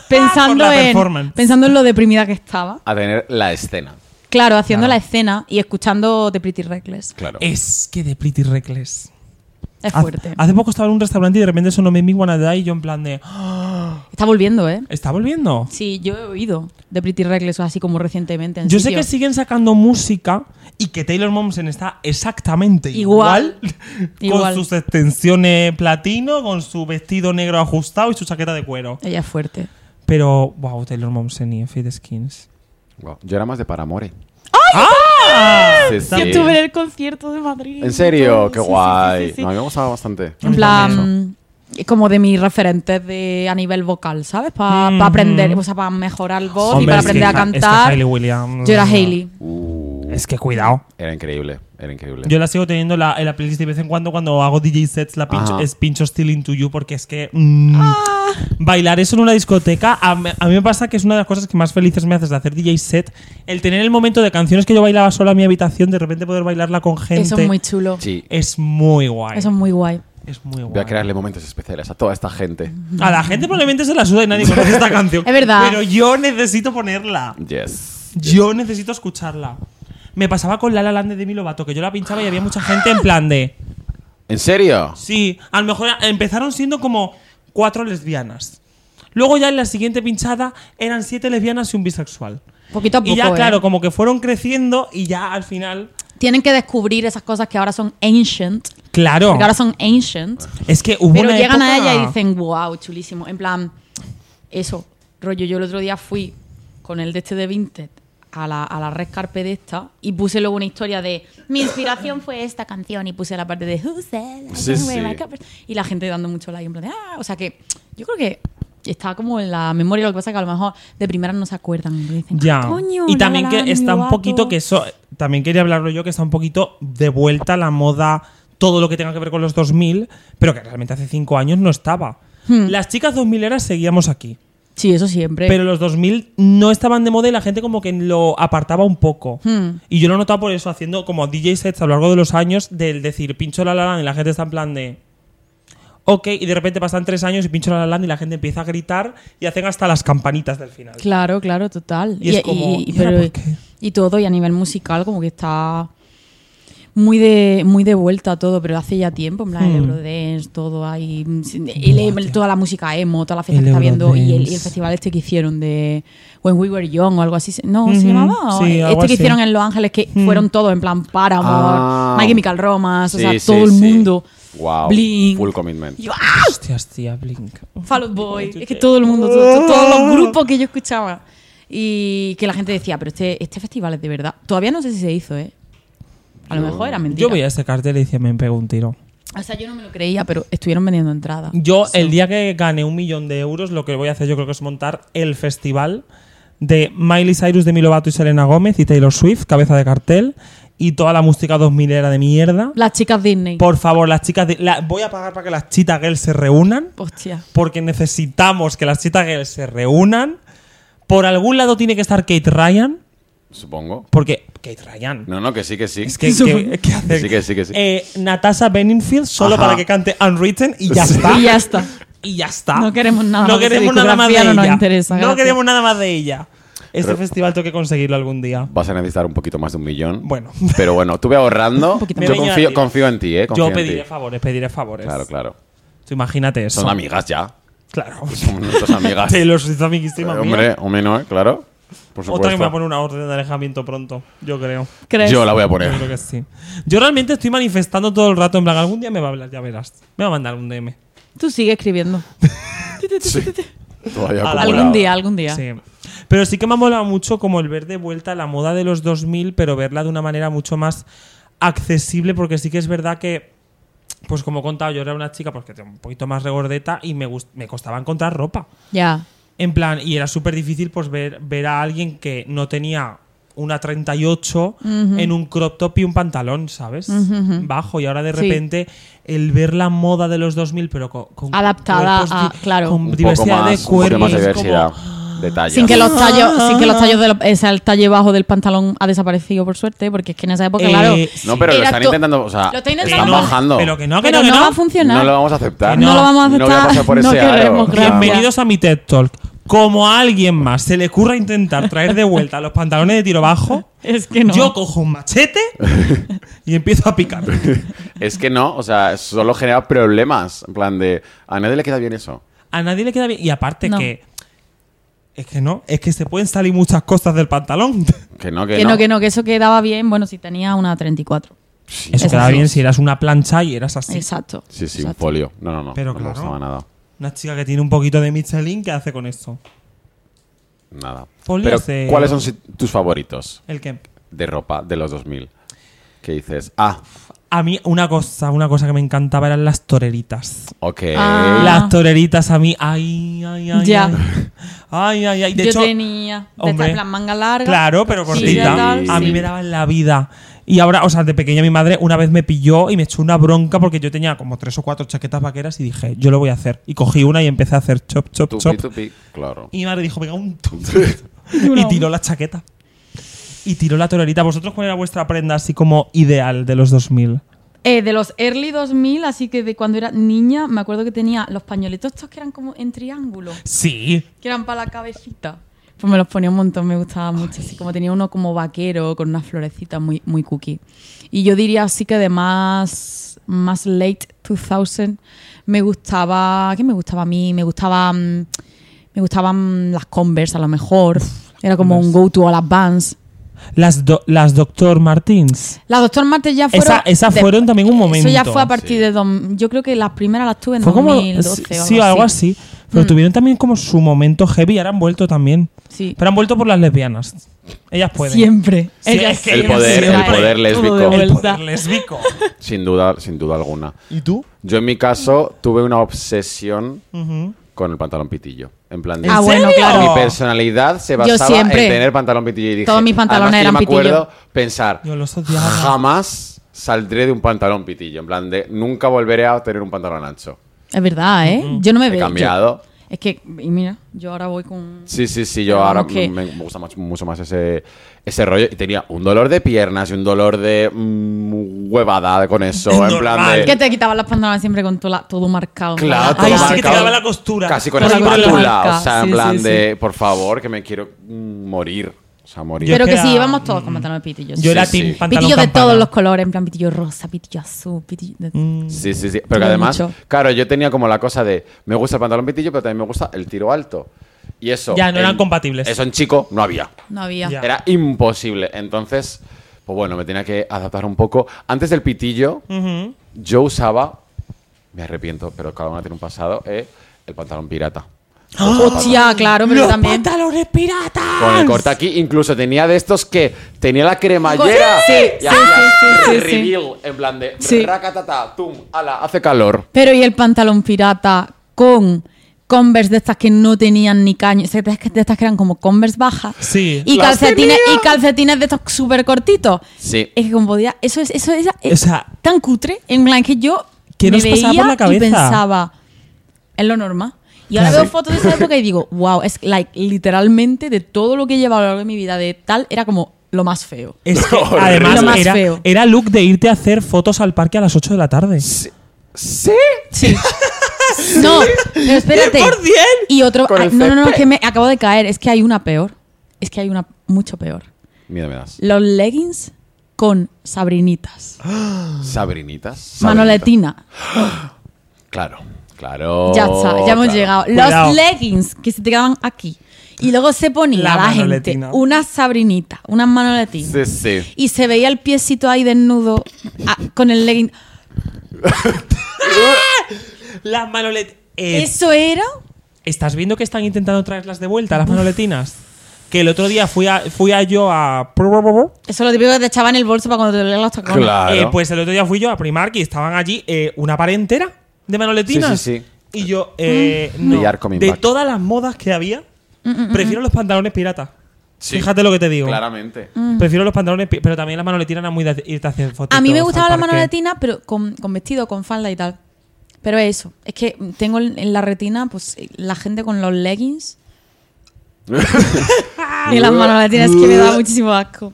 Pensando, Por la en, performance. pensando en lo deprimida que estaba. A tener la escena, Claro, haciendo Claro. la escena y escuchando The Pretty Reckless. claro. Es que de Pretty Reckless. Es Haz- fuerte. Hace poco estaba en un restaurante y de repente sonó Make Me Wanna Die y yo en plan de... "Ah, Está volviendo, ¿eh? ¿Está volviendo? Sí, yo he oído The Pretty Reckless así como recientemente. en Yo sé que sitios. siguen sacando música y que Taylor Momsen está exactamente igual, Igual. Igual. con sus extensiones platino, con su vestido negro ajustado y su chaqueta de cuero. Ella es fuerte. Pero, wow, Taylor Momsen y Fade Skins. Wow. Yo era más de Paramore. ¡Ah! Sí, sí. Yo estuve en el concierto de Madrid. En serio, Sí, qué sí, sí, guay. sí, sí. No, a mí me gustaba bastante. A En mí plan, como de mis referentes de, a nivel vocal, ¿sabes? Para Mhm. aprender, o sea, para mejorar el voz y Hombre, para es que aprender a Ha- es que cantar. Hayley Williams- yo era Hailey. Uh, Es que cuidado. era increíble, era increíble. Yo la sigo teniendo en la, en la playlist de vez en cuando cuando hago DJ sets, la pincho, Ajá. es pincho Still Into You porque es que mm, Ah. bailar eso en una discoteca, a, me- a mí me pasa que es una de las cosas que más felices me haces de hacer DJ set, el tener el momento de canciones que yo bailaba sola en mi habitación, de repente poder bailarla con gente. Eso es muy chulo. sí, Es muy guay. Eso es muy Eh, guay. es muy guay. voy a crearle momentos especiales a toda esta gente. A la gente probablemente se la suda y nadie conoce esta canción. (laughs) Es verdad. Pero yo necesito ponerla. Yes. Yo necesito escucharla. Me pasaba con La La Land de Demi Lovato, que yo la pinchaba y había mucha gente en plan de... ¿En serio? Sí, a lo mejor empezaron siendo como cuatro lesbianas. Luego ya en la siguiente pinchada eran siete lesbianas y un bisexual. Poquito a poco. y ya, ¿eh? claro, como que fueron creciendo y ya al final... Tienen que descubrir esas cosas que ahora son ancient. Claro. Porque ahora son ancient. Es que hubo Pero una llegan a época- ella y dicen, wow, chulísimo. En plan, eso, rollo, yo el otro día fui con el de este de Vinted a la, a la red carpe de esta y puse luego una historia de mi inspiración fue esta canción y puse la parte de Who said I Sí, can wear sí. my carpet?" y la gente dando mucho like en plan de, ah, o sea que yo creo que está como en la memoria lo que pasa que a lo mejor de primera no se acuerdan y dicen, Ya. "Ah, coño, y la, también la, que la, mi está un novato". poquito que eso también quería hablarlo yo que está un poquito de vuelta la moda todo lo que tenga que ver con los 2000, pero que realmente hace cinco años no estaba. Las chicas 2000 eras seguíamos aquí, Hmm. sí eso siempre pero los 2000 no estaban de moda y la gente como que lo apartaba un poco. Hmm. Y yo lo he notado por eso haciendo como DJ sets a lo largo de los años del decir pincho la la Land", y la gente está en plan de Ok, y de repente pasan tres años y pincho la la Land", y la gente empieza a gritar y hacen hasta las campanitas del final. Claro, claro, total. Y es como, ¿y ahora por qué? y todo, y a nivel musical, como que está muy de, muy de vuelta todo, pero hace ya tiempo, en plan, el Eurodance, todo ahí. mm, el- el- Hmm. tío. toda la música emo, toda la fiesta El que está viendo, y el, Eurodance. y el festival este que hicieron de When We Were Young o algo así. se- No, se Ujú, llamaba. sí, este algo que así. Hmm. hicieron en Los Ángeles, que fueron todos en plan Paramore, Ah. My Chemical Romance, o sea, Sí, sí, todo el sí. mundo. Wow. Blink. Full commitment. Y yo, ¡ah! Hostia, hostia, Blink. Fall Out Boy. Es que todo el mundo, to- to- todos los grupos que yo escuchaba. Y que la gente decía, pero este, este festival es de verdad. Todavía no sé si se hizo, ¿eh? A lo mejor era mentira. Yo veía ese cartel y decía, me pego un tiro. O sea, yo no me lo creía, pero estuvieron vendiendo entradas. Yo, el día que gane un millón de euros, lo que voy a hacer yo creo que es montar el festival de Miley Cyrus, Demi Lovato y Selena Gómez y Taylor Swift, cabeza de cartel, y toda la música 2000 era de mierda. Las chicas Disney. Por favor, las chicas... de- la- voy a pagar para que las Cheetah Girls se reúnan, Hostia. porque necesitamos que las Cheetah Girls se reúnan. Por algún lado tiene que estar Kate Ryan, Supongo. porque... Kate Ryan. No, no, que sí, que sí. Es que, que- que hacer- Sí, que sí, que sí. Eh, Natasha Benningfield solo Ajá. para que cante Unwritten y ya está. Y ya está. Y ya está. No queremos nada No más de esa queremos nada más de discografía, ella. no nos interesa, No gracias. queremos nada más de ella. Este Pero- festival tengo que conseguirlo algún día. Vas a necesitar un poquito más de un millón. Bueno. (laughs) Pero bueno, tú ve (laughs) ahorrando. poquito Yo más. confío, confío en ti, ¿eh? Confío Yo en pediré ti. favores, pediré favores. Claro, claro. Tú imagínate eso. Son amigas ya. Claro. Son (laughs) nuestras amigas. (laughs) Taylor Swift, amiguísima Eh, mía. hombre, hombre, no, claro. Por Otra que me va a supuesto. poner una orden de alejamiento pronto, yo creo. ¿Crees? Yo la voy a Yo poner. creo que sí. Yo realmente estoy manifestando todo el rato en plan, algún día me va a hablar, ya verás. Me va a mandar un DM. Tú sigue escribiendo. Todavía acumulado. Algún algún día, algún día. Sí. Pero sí que me ha molado mucho como el ver de vuelta la moda de los 2000, pero verla de una manera mucho más accesible porque sí que es verdad que pues como he contado yo era una chica pues que tenía un poquito más regordeta y me gust- me costaba encontrar ropa Ya. en plan, y era súper difícil pues ver, ver a alguien que no tenía una 38 en un crop top y un pantalón, ¿sabes? Bajo. Y ahora de Sí. repente el ver la moda de los 2000, pero co- con, Adaptada cuerpos a- di- claro. Con Un Un poco diversidad más- de un poquito cuerpos. más es diversidad. como- de tallas. Sin que los tallos, sin que Ah. los tallos de lo- ese, el talle bajo del pantalón ha desaparecido por suerte, porque es que en esa época, Eh, claro. sí. No, pero lo Era están to- intentando, o sea, Lo están Que están intentando. bajando. Pero que no, que pero no, que no. va a funcionar. No lo vamos a aceptar. Que no. No lo vamos a No voy a aceptar. pasar por (laughs) No ese aro. queremos, O sea, gracias. Bienvenidos a mi TED Talk. Como a alguien más se le ocurra intentar traer de vuelta los pantalones de tiro bajo, (laughs) Es que no. yo cojo un machete y empiezo a picar. Es que no, o sea, solo genera problemas. En plan de, a nadie le queda bien eso. A nadie le queda bien. Y aparte No. que. Es que no, es que se pueden salir muchas cosas del pantalón. Que no, que, que no, que no, que eso quedaba bien, bueno, si tenía una 34. Sí, Eso Exacto. queda bien si eras una plancha y eras así. Exacto. sí, sí, un exacto. folio. No, no, no. Pero no claro. me gustaba nada. Una chica que tiene un poquito de Michelin, ¿qué hace con esto? Nada. Folio Pero, hace- ¿cuáles son si- tus favoritos El que. de ropa de los 2000? Que dices, ah, A mí, una cosa, una cosa que me encantaba eran las toreritas. ok. Ah. Las toreritas a mí, ay, ay, ay. Ya. Ay, ay, ay. ay. De yo hecho, tenía de hombre. esta en plan manga larga. Claro, pero Sí, cortita. ya tal, a mí sí. me daban la vida. Y ahora, o sea, de pequeña mi madre una vez me pilló y me echó una bronca porque yo tenía como tres o cuatro chaquetas vaqueras y dije, yo lo voy a hacer. Y cogí una y empecé a hacer chop, chop, Tupi, chop. tupi, claro. Y mi madre dijo, venga, un tum, tum, (laughs) tum. Y tiró la chaqueta. Y tiró la torerita. ¿Vosotros cuál era vuestra prenda así como ideal de los 2000? Eh, de los early 2000, así que de cuando era niña, me acuerdo que tenía los pañuelitos estos que eran como en triángulo, Sí. que eran para la cabecita. Pues me los ponía un montón, me gustaba mucho. Así como tenía uno como vaquero, con unas florecitas muy, muy cookie. Y yo diría así que de más, más late 2000, me gustaba. ¿Qué me gustaba a mí? Me gustaba. mm, me gustaban las Converse a lo mejor. Era como un go-to a las Vans. Las, do- las Dr. Martins. Las Doctor Martens ya fueron. Esa- esas de- fueron también un momento. Eso ya fue a partir Sí. de. dom- yo creo que las primeras las tuve en Fue como. 2012 o Mm. sí, algo así. Pero tuvieron también como su momento heavy y ahora han vuelto también. Sí. Pero han vuelto por las lesbianas. Ellas pueden. Siempre. Sí, Ellas es que El siempre. poder, el Siempre. poder Todo lésbico. de El vuelta. poder lésbico. Sin duda, sin duda alguna. (laughs) ¿Y tú? Yo en mi caso tuve una obsesión con el pantalón pitillo. En plan de... Ah, bueno, serio? claro. Mi personalidad se Yo basaba siempre. en tener pantalón pitillo. Y dije, Todos mis pantalones además que eran yo me acuerdo pensar, Yo los odiaba. jamás saldré de un pantalón pitillo. En plan de, nunca volveré a tener un pantalón ancho. Es verdad, ¿eh? Yo no me He veo. yo- cambiado. es que, y mira, yo ahora voy con. Sí, sí, sí, yo Pero ahora vamos que- me me gusta mucho, mucho más ese, ese rollo. Y tenía un dolor de piernas y un dolor de mm, huevada con eso. Es en normal. plan de... Que te quitaban las pantalones siempre con tola- todo marcado. Claro, Ay, todo sí, que te marcado. daba la costura. Casi con Por la la costura espátula. marcada, O sea, en sí, plan sí, de, por favor, que me quiero mm, morir. O sea, morir. Pero Yo que, era- mm, sí, íbamos todos con pantalones pitillos. Yo Sí, era sí. team pantalón Mm. Pitillo de campana. todos los colores, en plan pitillo rosa, pitillo azul, pitillo. de- Sí, sí, sí. Pero que Tuve además, mucho. claro, yo tenía como la cosa de, me gusta el pantalón pitillo, pero también me gusta el tiro alto. Y eso. Ya, no eran en- compatibles. Eso en chico no había. No había. Ya. Era imposible. Entonces, pues bueno, me tenía que adaptar un poco. Antes del pitillo, yo usaba, me arrepiento, pero cada uno tiene un pasado, eh, el pantalón pirata. ¡Ah, Hostia, Ah, claro, pero ¡Los también. pantalones piratas! Con Ah. el corte aquí, incluso tenía de estos que tenía la cremallera. Sí, y sí, hacía sí, sí, sí, sí. reveal, En plan de Sí. racatata, tum, ala, hace calor. Pero y el pantalón pirata con Converse de estas que no tenían ni caño, o sea, de estas que- de estas que eran como Converse bajas. Sí. Y Las calcetines, y calcetines de estos súper cortitos. Sí. Es que como podía, eso es, eso es, es O sea, tan cutre, en plan que yo ¿qué me nos pasaba por veía la cabeza? y pensaba, es lo normal. Y ahora Claro. veo fotos de esa época y digo, wow, es like literalmente de todo lo que he llevado a lo largo de mi vida de tal, era como lo más feo. Es (laughs) que Horrible. además Lo más era, feo. era look de irte a hacer fotos al parque a las 8 de la tarde. Sí. Sí. (laughs) No, pero espérate. ¡Por cien! Y otro. Con el ah, no, no, no, césped. que me acabo de caer. Es que hay una peor. Es que hay una mucho peor. Mira, me das. Los leggings con sabrinitas. Sabrinitas. Ah, Sabrinitas. Manoletina. Claro, claro. ya está, ya hemos Oh, claro. llegado. Los Cuidado. leggings que se te quedaban aquí. Y luego se ponía La la, gente manoletina. una sabrinita, una Sí, manoletina. sí. Y se veía el piecito ahí desnudo ah, con el legging. Las manolet... eh, Eso era ¿Estás viendo que están intentando traerlas de vuelta, las manoletinas? que el otro día fui, a, fui a yo a... Eso es lo típico que te echaban en el bolso para cuando te dolían los tacones. Claro. Eh, pues el otro día fui yo a Primark y estaban allí eh, una pared entera de manoletinas. Sí, sí, Y yo, eh, Mm. no, They are coming de back. todas las modas que había, prefiero los pantalones piratas. Fíjate lo que te digo. Claramente. Prefiero los pantalones, pi- pero también las manoletinas eran muy de irte a hacer fotos. Mm. A mí me gustaba la manoletinas, pero con, con vestido, con falda y tal. Pero es eso, es que tengo en en la retina pues eh, la gente con los leggings (laughs) y las manoletinas que me da muchísimo asco.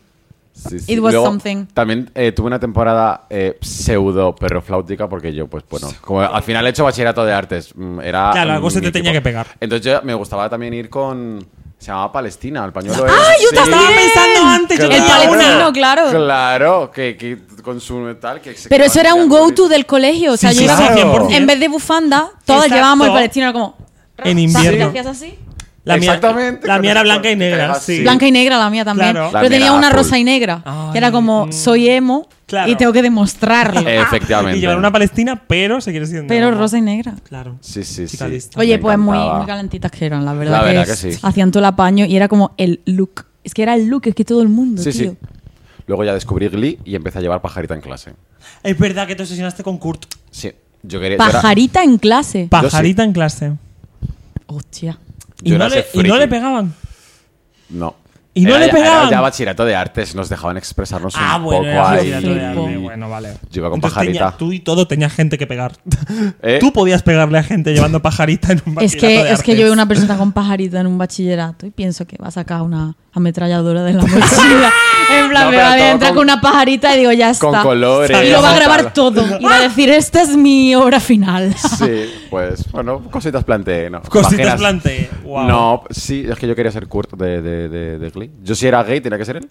Sí, It was something. También eh, tuve una temporada eh, pseudo perrofláutica porque yo, pues bueno, como al final he hecho bachillerato de artes. mm, Era Claro, mm, algo se te mi tenía que pegar. Entonces yo me gustaba también ir con. Se llamaba Palestina, el pañuelo. ¡Ah, yo Estaba también! pensando antes, yo El tenía una. palestino, claro. Claro, que, que con su tal. Que se Pero eso era un quedaba go-to del colegio. O sea, Sí, sí, yo íbamos- sí, claro. en vez de bufanda, todos Exacto. llevábamos el palestino era como. En O sea, invierno. te hacías así? La mía, Exactamente, La con mía era el- blanca y con- negra, pegado sí. así. Blanca y negra la mía también. Claro. La Pero mía tenía era una azul. rosa y negra. Ay, que era como, mm. soy emo Claro. y tengo que demostrarlo. Eh, Efectivamente. Y llevar una palestina, pero se quiere siendo. Pero rosa y negra. Claro. Sí, sí, sí. Chica lista. Oye, Me pues muy, encantaba. muy calentitas que eran, la verdad. La verdad es- que sí. Hacían todo el apaño y era como el look. Es que era el look, es que todo el mundo, Sí, tío. sí. Luego ya descubrí Glee y empecé a llevar pajarita en clase. Es verdad que te obsesionaste con Kurt. Sí. Yo quería. yo era- Pajarita en clase. Pajarita en clase. Hostia. Y Yo no, era le, ese y no friki. le pegaban. No. ¿Y no Era le ya- era pegaban? ya bachillerato de artes, nos dejaban expresarnos Ah, un bueno, poco era ahí. bachillerato de arte, Tipo. bueno, vale. Yo iba con tenía- pajarita. tú y todo tenía gente que pegar. ¿Eh? Tú podías pegarle a gente llevando pajarita en un Es bachillerato que, de es que artes. yo veo una persona con pajarita en un bachillerato y pienso que va a sacar una ametralladora de la (laughs) mochila. en plan, No, me pero va a todo entrar con, con- una pajarita y digo, ya está. Con colores. Y Y lo va a con grabar tal. todo. Y va a decir, esta es mi obra final. (laughs) Sí, pues, bueno, cositas planteé, ¿no? Cositas Pajeras. planteé, guau. No, sí, es que yo quería ser Kurt de, de, de, de Glee. Yo si era gay, tenía que ser él.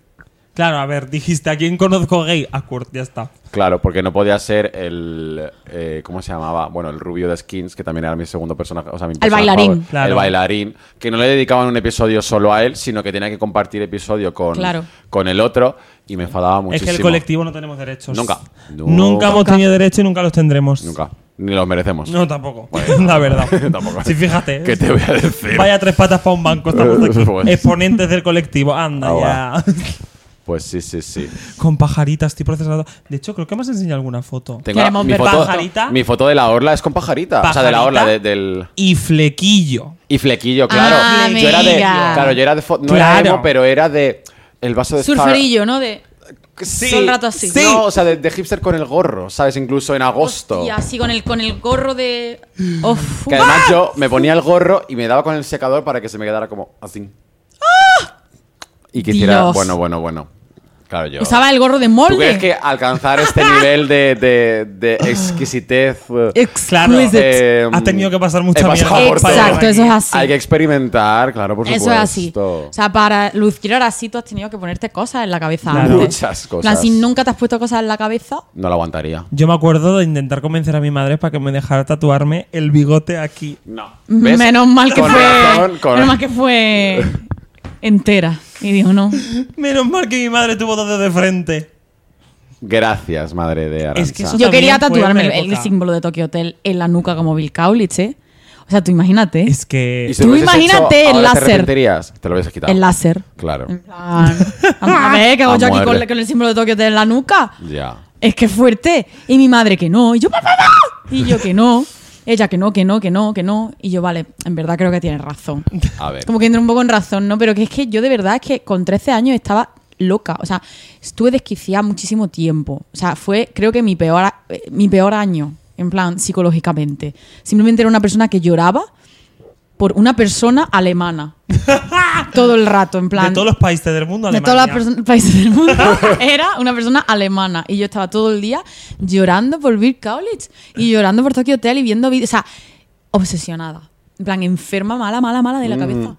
Claro, a ver, dijiste, ¿a quién conozco gay? A Kurt, ya está. Claro, porque no podía ser el. eh, ¿Cómo se llamaba? Bueno, el rubio de Skins, que también era mi segundo personaje. O sea, mi personaje bailarín. favorito. Claro. El bailarín. Que no le dedicaban un episodio solo a él, sino que tenía que compartir episodio con, Claro. con el otro. Y me enfadaba muchísimo. Es que el colectivo no tenemos derechos. Nunca. Nunca, Nunca. hemos tenido derechos y nunca los tendremos. Nunca. Ni los merecemos. No, tampoco. (laughs) la verdad. (laughs) Tampoco. Sí, fíjate. ¿Qué te voy a decir? Vaya tres patas para un banco, (laughs) estamos aquí. Pues- Exponentes del colectivo, anda Ah, ya. Pues sí, sí, sí. (laughs) Con pajaritas, estoy procesado. De hecho, creo que me has enseñado alguna foto. Tengo Queremos mi ver foto, pajarita. Mi foto de la orla es con pajarita. O sea, de la Pajarita. orla, de- del. Y flequillo. Y flequillo, claro. Ah, yo era de. amiga. Claro, yo era de. fo- No Claro. era emo, pero era de. El vaso de Star- Surferillo, ¿no? De, Sí. Todo el rato así. Sí. No, o sea, de, de hipster con el gorro, ¿sabes? Incluso en agosto. Y así con el, con el gorro de. Uf. Que además yo me ponía el gorro y me daba con el secador para que se me quedara como así. Y que hiciera. Dios. Bueno, bueno, bueno. Claro, yo. Usaba el gorro de molde. ¿Tú crees que alcanzar este nivel de, de, de exquisitez. eh, Claro. Exquisite. eh, ha tenido que pasar mucha he pasado mierda por todo. Exacto, eso es así. Hay que experimentar, claro, por Eso supuesto. es así. O sea, para lucir ahora sí tú has tenido que ponerte cosas en la cabeza. Claro. antes. Muchas En plan, cosas. si nunca te has puesto cosas en la cabeza, No lo aguantaría. Yo me acuerdo de intentar convencer a mi madre para que me dejara tatuarme el bigote aquí. No. menos mal que Con fue. razón, con- Menos mal que fue entera. Y digo, no. Menos mal que mi madre tuvo dos dedos de frente. Gracias, madre de Arancha. Es que eso- Yo quería también fue tatuarme una el, el época. símbolo de Tokyo Hotel en la nuca como Bill Kaulitz, ¿eh? O sea, tú imagínate. Es que. Y si Tú lo hubieses imagínate hecho, el ahora láser. Te, arrepentirías. te lo hubieses quitado. El láser. Mm. Claro. (laughs) En plan, A ver, ¿qué hago A yo aquí muerte. con, con el símbolo de Tokyo Hotel en la nuca? Ya. es que es fuerte. Y mi madre que no. Y yo, por favor. Y yo que no. Ella que no, que no, que no, que no. Y yo, vale, en verdad creo que tienes razón. A ver. Como que entra un poco en razón, ¿no? Pero que es que yo de verdad es que con 13 años estaba loca. O sea, estuve desquiciada muchísimo tiempo. O sea, fue creo que mi peor, a- eh, mi peor año, en plan, psicológicamente. Simplemente era una persona que lloraba por una persona (laughs) alemana. Todo el rato, en plan. de todos los países del mundo, De Alemania. todos los person- (laughs) países (laughs) del mundo era una persona alemana y yo estaba todo el día llorando por Bill Kaulitz y llorando por Tokyo Hotel y viendo vídeos, o sea, obsesionada, en plan enferma, mala, mala, mala de la cabeza.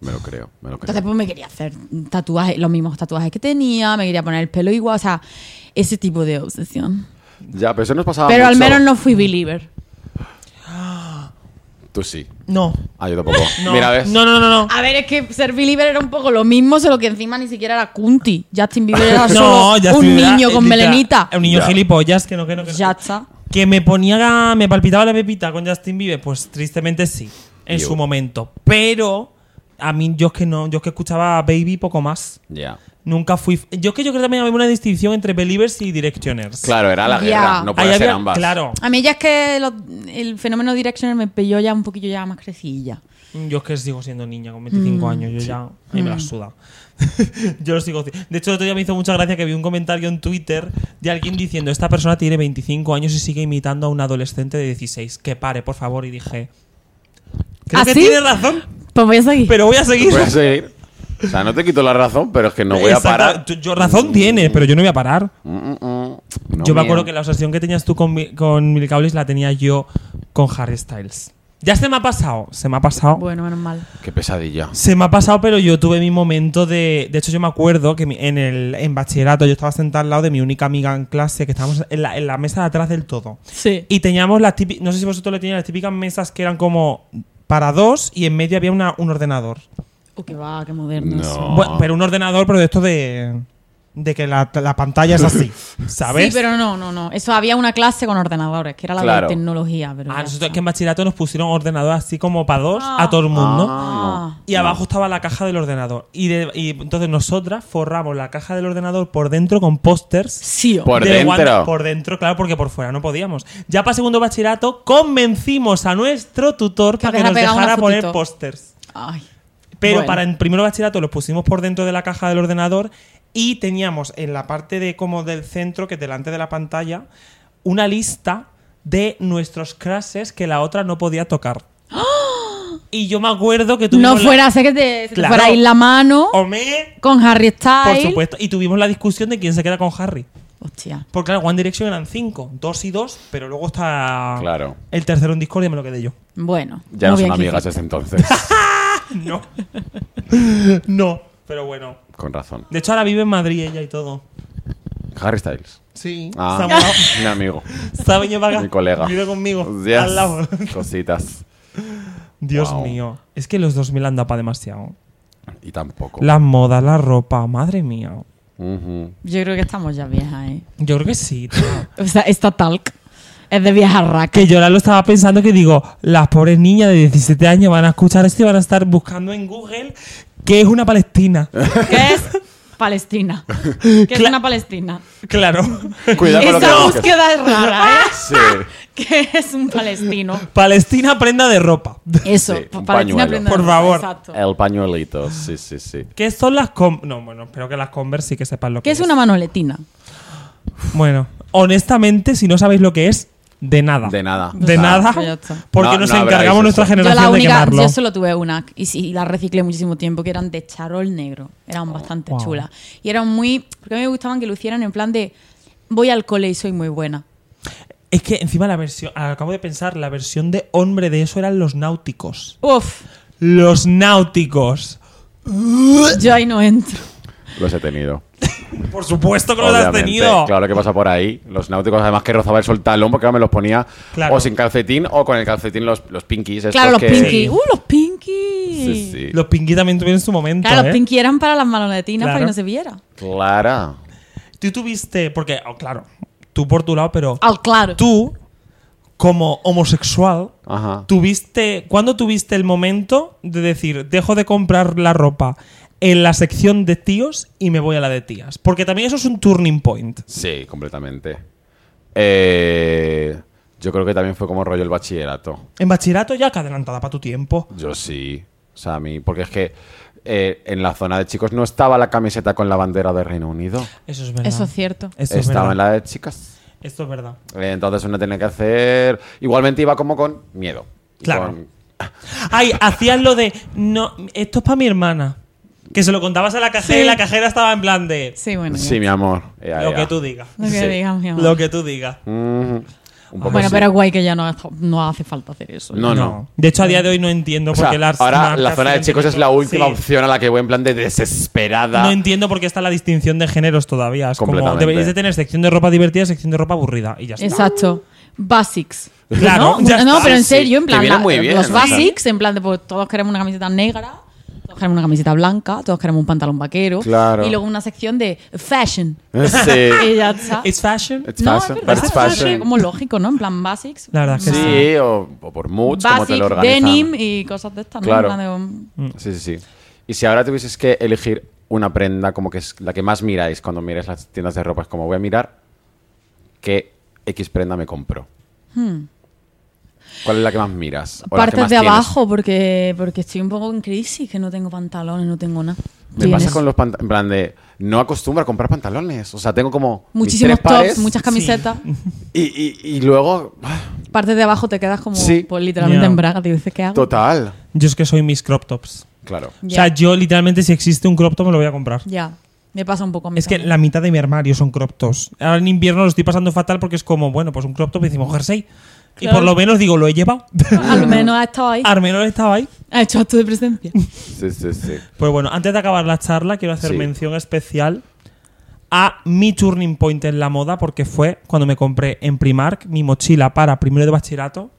Me lo creo, me lo creo. Entonces pues me quería hacer tatuajes, los mismos tatuajes que tenía, me quería poner el pelo igual, o sea, ese tipo de obsesión. ya, pero eso nos pasaba Pero al Ah, mucho. menos no fui believer. Tú sí. No. Ah, yo tampoco. No. Mira, ¿ves? No, no, no, no. A ver, es que ser believer era un poco lo mismo, solo que encima ni siquiera era Kunti. Justin Bieber era (laughs) solo No, ya un estoy- niño eh, con literal, melenita. Un niño Ya. gilipollas que no, que no, que no. Ya está. Que me ponía, me palpitaba la pepita con Justin Bieber, pues tristemente sí, en Yo. su momento. Pero a mí yo es que no, yo es que escuchaba Baby poco más. Ya. Nunca fui. Yo es que yo creo que también había una distinción entre believers y directioners. Claro, era la Ya. guerra, no Ahí puede ser había- ambas. Claro. A mí ya es que lo- el fenómeno Directioner me pilló ya un poquillo ya más crecilla. Yo es que sigo siendo niña con 25 Mm, años, yo ya. A mí me la suda. (laughs) yo lo sigo. De hecho, el otro día me hizo mucha gracia que vi un comentario en Twitter de alguien diciendo: Esta persona tiene 25 años y sigue imitando a un adolescente de 16. Que pare, por favor. Y dije: Creo ¿Ah, que sí? tiene razón, Pues voy a seguir. (laughs) pero voy a seguir. Voy a seguir. O sea, no te quito la razón, pero es que Pues, no voy a Exacto. parar. Tú- Yo razón tienes, pero yo no voy a parar. Mm, mm, mm. No, yo me mía. acuerdo que la obsesión que tenías tú con, mi- con Miley Cyrus la tenía yo con Harry Styles. Ya se me ha pasado, se me ha pasado. Bueno, menos mal. Qué pesadilla. Se me ha pasado, pero yo tuve mi momento de. De hecho, yo me acuerdo que mi- en el en bachillerato yo estaba sentada al lado de mi única amiga en clase, que estábamos en la, en la mesa de atrás del todo. Sí. Y teníamos las típicas. No sé si vosotros le teníais las típicas mesas que eran como para dos y en medio había una- un ordenador. Oh, que va, qué moderno. No. eso. Bu- pero un ordenador, pero de esto de. De que la, la pantalla es así, ¿sabes? (laughs) Sí, pero no, no, no. Eso había una clase con ordenadores, que era la Claro. de tecnología. Pero A ya Ah, nosotros está. que en bachillerato nos pusieron ordenador así como para dos Ah. a todo el mundo. Ah, Y abajo estaba la caja del ordenador. Y, de- y entonces nosotras forramos la caja del ordenador por dentro con pósters. Sí, o- Por de dentro. Wanda- por dentro, claro, porque por fuera no podíamos. Ya para segundo bachillerato convencimos a nuestro tutor Que para que hubiera nos pegado una dejara poner fotito. pósters. Ay. Pero Bueno. para en primero bachillerato los pusimos por dentro de la caja del ordenador y teníamos en la parte de como del centro, que es delante de la pantalla, una lista de nuestros crashes que la otra no podía tocar. Y yo me acuerdo que tuvimos ¡Ah! No la- fuera a ser que te, se te Claro. fuera a ir la mano Homé, con Harry por Styles. supuesto. Y tuvimos la discusión de quién se queda con Harry. Hostia. Porque claro, One Direction eran cinco, dos y dos, pero luego está Ah. Claro. el tercero en Discord y me lo (laughs) quedé yo. Bueno. Ya no voy son a amigas criticar. desde entonces. (laughs) No. (laughs) no, pero bueno. Con razón. De hecho, ahora vive en Madrid ella y todo. Harry Styles. Sí. Ah, mi amigo. Está venido para acá. Mi colega. Vive conmigo. Yes. Al lado. Cositas. Dios Wow. mío. Es que los 2000 han dado para demasiado. Y tampoco. Las modas, la ropa, madre mía. Ujú. Yo creo que estamos ya viejas, ¿eh? Yo creo que sí. tío. O sea, esta talk es de vieja raca. que yo ahora lo estaba pensando que digo, las pobres niñas de 17 años van a escuchar esto y van a estar buscando en Google qué es (laughs) una Palestina. (laughs) ¿Qué es Palestina? ¿Qué es Cla- una Palestina? claro. Cuidado con lo que Esa busques. búsqueda es rara, (laughs) ¿eh? Sí. ¿Qué es un palestino? Palestina prenda de ropa. Eso, Sí, un pues Palestina pañuelo. aprende Por nada, favor. Exacto. El pañuelito. Sí, sí, sí. ¿Qué son las com No, bueno, espero que las Converse sí que sepan lo que ¿Qué es una manoletina? Bueno, honestamente, si no sabéis lo que es, de nada. De nada. De Ah. nada. Pues ya está. Porque No, nos no habráis encargamos eso. nuestra Yo generación yo la única, de quemarlo. yo solo tuve una y, sí, y la reciclé muchísimo tiempo, que eran de charol negro. Oh, Eran bastante wow. chulas. Y eran muy. Porque a mí me gustaban que lo hicieran en plan de. Voy al cole y soy muy buena. Es que encima la versión, acabo de pensar, la versión de hombre de eso eran los náuticos. (laughs) Uf, Los náuticos. yo ahí no entro. Los he tenido. Por supuesto que los has Obviamente, tenido. Claro que pasa por ahí. Los náuticos, además que rozaba el sol talón, porque ahora me los ponía Claro. o sin calcetín o con el calcetín los, los pinkies. estos Claro, los que- pinky. Uh, los pinky. Sí, sí. Los pinky también tuvieron su momento. Claro, ¿eh? los pinky eran para las malonetinas Claro. para que no se viera. Clara. Tú tuviste, porque, oh, claro, tú por tu lado, pero Ah, claro. tú, como homosexual, Ajá. tuviste, ¿cuándo tuviste el momento de decir, dejo de comprar la ropa en la sección de tíos y me voy a la de tías? Porque también eso es un turning point. Sí, completamente. Eh, yo creo que también fue como rollo el bachillerato. En bachillerato ya que adelantada para tu tiempo. Yo sí. O sea, a mí, porque es que eh, en la zona de chicos no estaba la camiseta con la bandera de Reino Unido. Eso es verdad. Eso es cierto. Eso es estaba verdad. en la de chicas. Esto es verdad. Eh, Entonces uno tenía que hacer. Igualmente iba como con miedo. Y Claro. con- Ay, hacías lo de. No, esto es para mi hermana. Que se lo contabas a la cajera Sí. y la cajera estaba en plan de. Sí, bueno. Sí, ya. mi amor. Ea, Lo ea. que tú digas. Lo que Sí. digas, mi amor. Lo que tú digas. Mm, un poco Bueno, sí. pero guay que ya no, hace- no hace falta hacer eso. No, no. De hecho, a día de hoy no entiendo O por sea, qué las. ahora marcas la zona de siguen chicos es la teniendo- última Sí. opción a la que voy en plan de desesperada. No entiendo por qué está la distinción de géneros todavía. Es como Completamente. deberíais de tener sección de ropa divertida, sección de ropa aburrida y ya está. Exacto. Basics. Claro, ¿No? ya No, está. pero en Sí, serio, en que plan, viene la- muy bien, los o sea. basics, en plan de pues todos queremos una camiseta negra Todos queremos una camiseta blanca, todos queremos un pantalón vaquero. Claro. Y luego una sección de fashion. Sí. (laughs) Y ya está. It's fashion. It's No, es fashion. verdad, but it's es fashion, fashion. Como lógico, ¿no? En plan basics. La verdad que sí. Sí, o, o por moods, como te lo Basic, organizan. denim y cosas de estas, ¿no? Claro. En plan de, um, Sí, sí, sí. Y si ahora tuvieses que elegir una prenda como que es la que más miráis cuando miráis las tiendas de ropa, es como voy a mirar qué X prenda me compro. ¿Cuál es la que más miras? O la que Hmm. partes más de tienes? abajo porque, porque estoy un poco en crisis, que no tengo pantalones, no tengo nada. Me pasa con los pantalones, en plan de, no acostumbro a comprar pantalones. O sea, tengo como mis Muchísimos tres tops, pares muchas camisetas. y, y- y luego, ah, Partes de abajo te quedas como Sí. pues, literalmente Ya. en braga. Te dices, ¿qué hago? total. Yo es que soy mis crop tops. Claro. Ya. O sea, yo literalmente si existe un crop top me lo voy a comprar. Ya, me pasa un poco a mí. Es que también. la mitad de mi armario son crop tops. Ahora en invierno lo estoy pasando fatal porque es como, bueno, pues un crop top y decimos jersey. Y Claro. por lo menos digo, lo he llevado. Al menos ha estado ahí. Al menos estaba ahí. Ha hecho acto (laughs) de presencia. Sí, sí, sí. Pues bueno, antes de acabar la charla, quiero hacer Sí. mención especial a mi turning point en la moda, porque fue cuando me compré en Primark mi mochila para primero de bachillerato,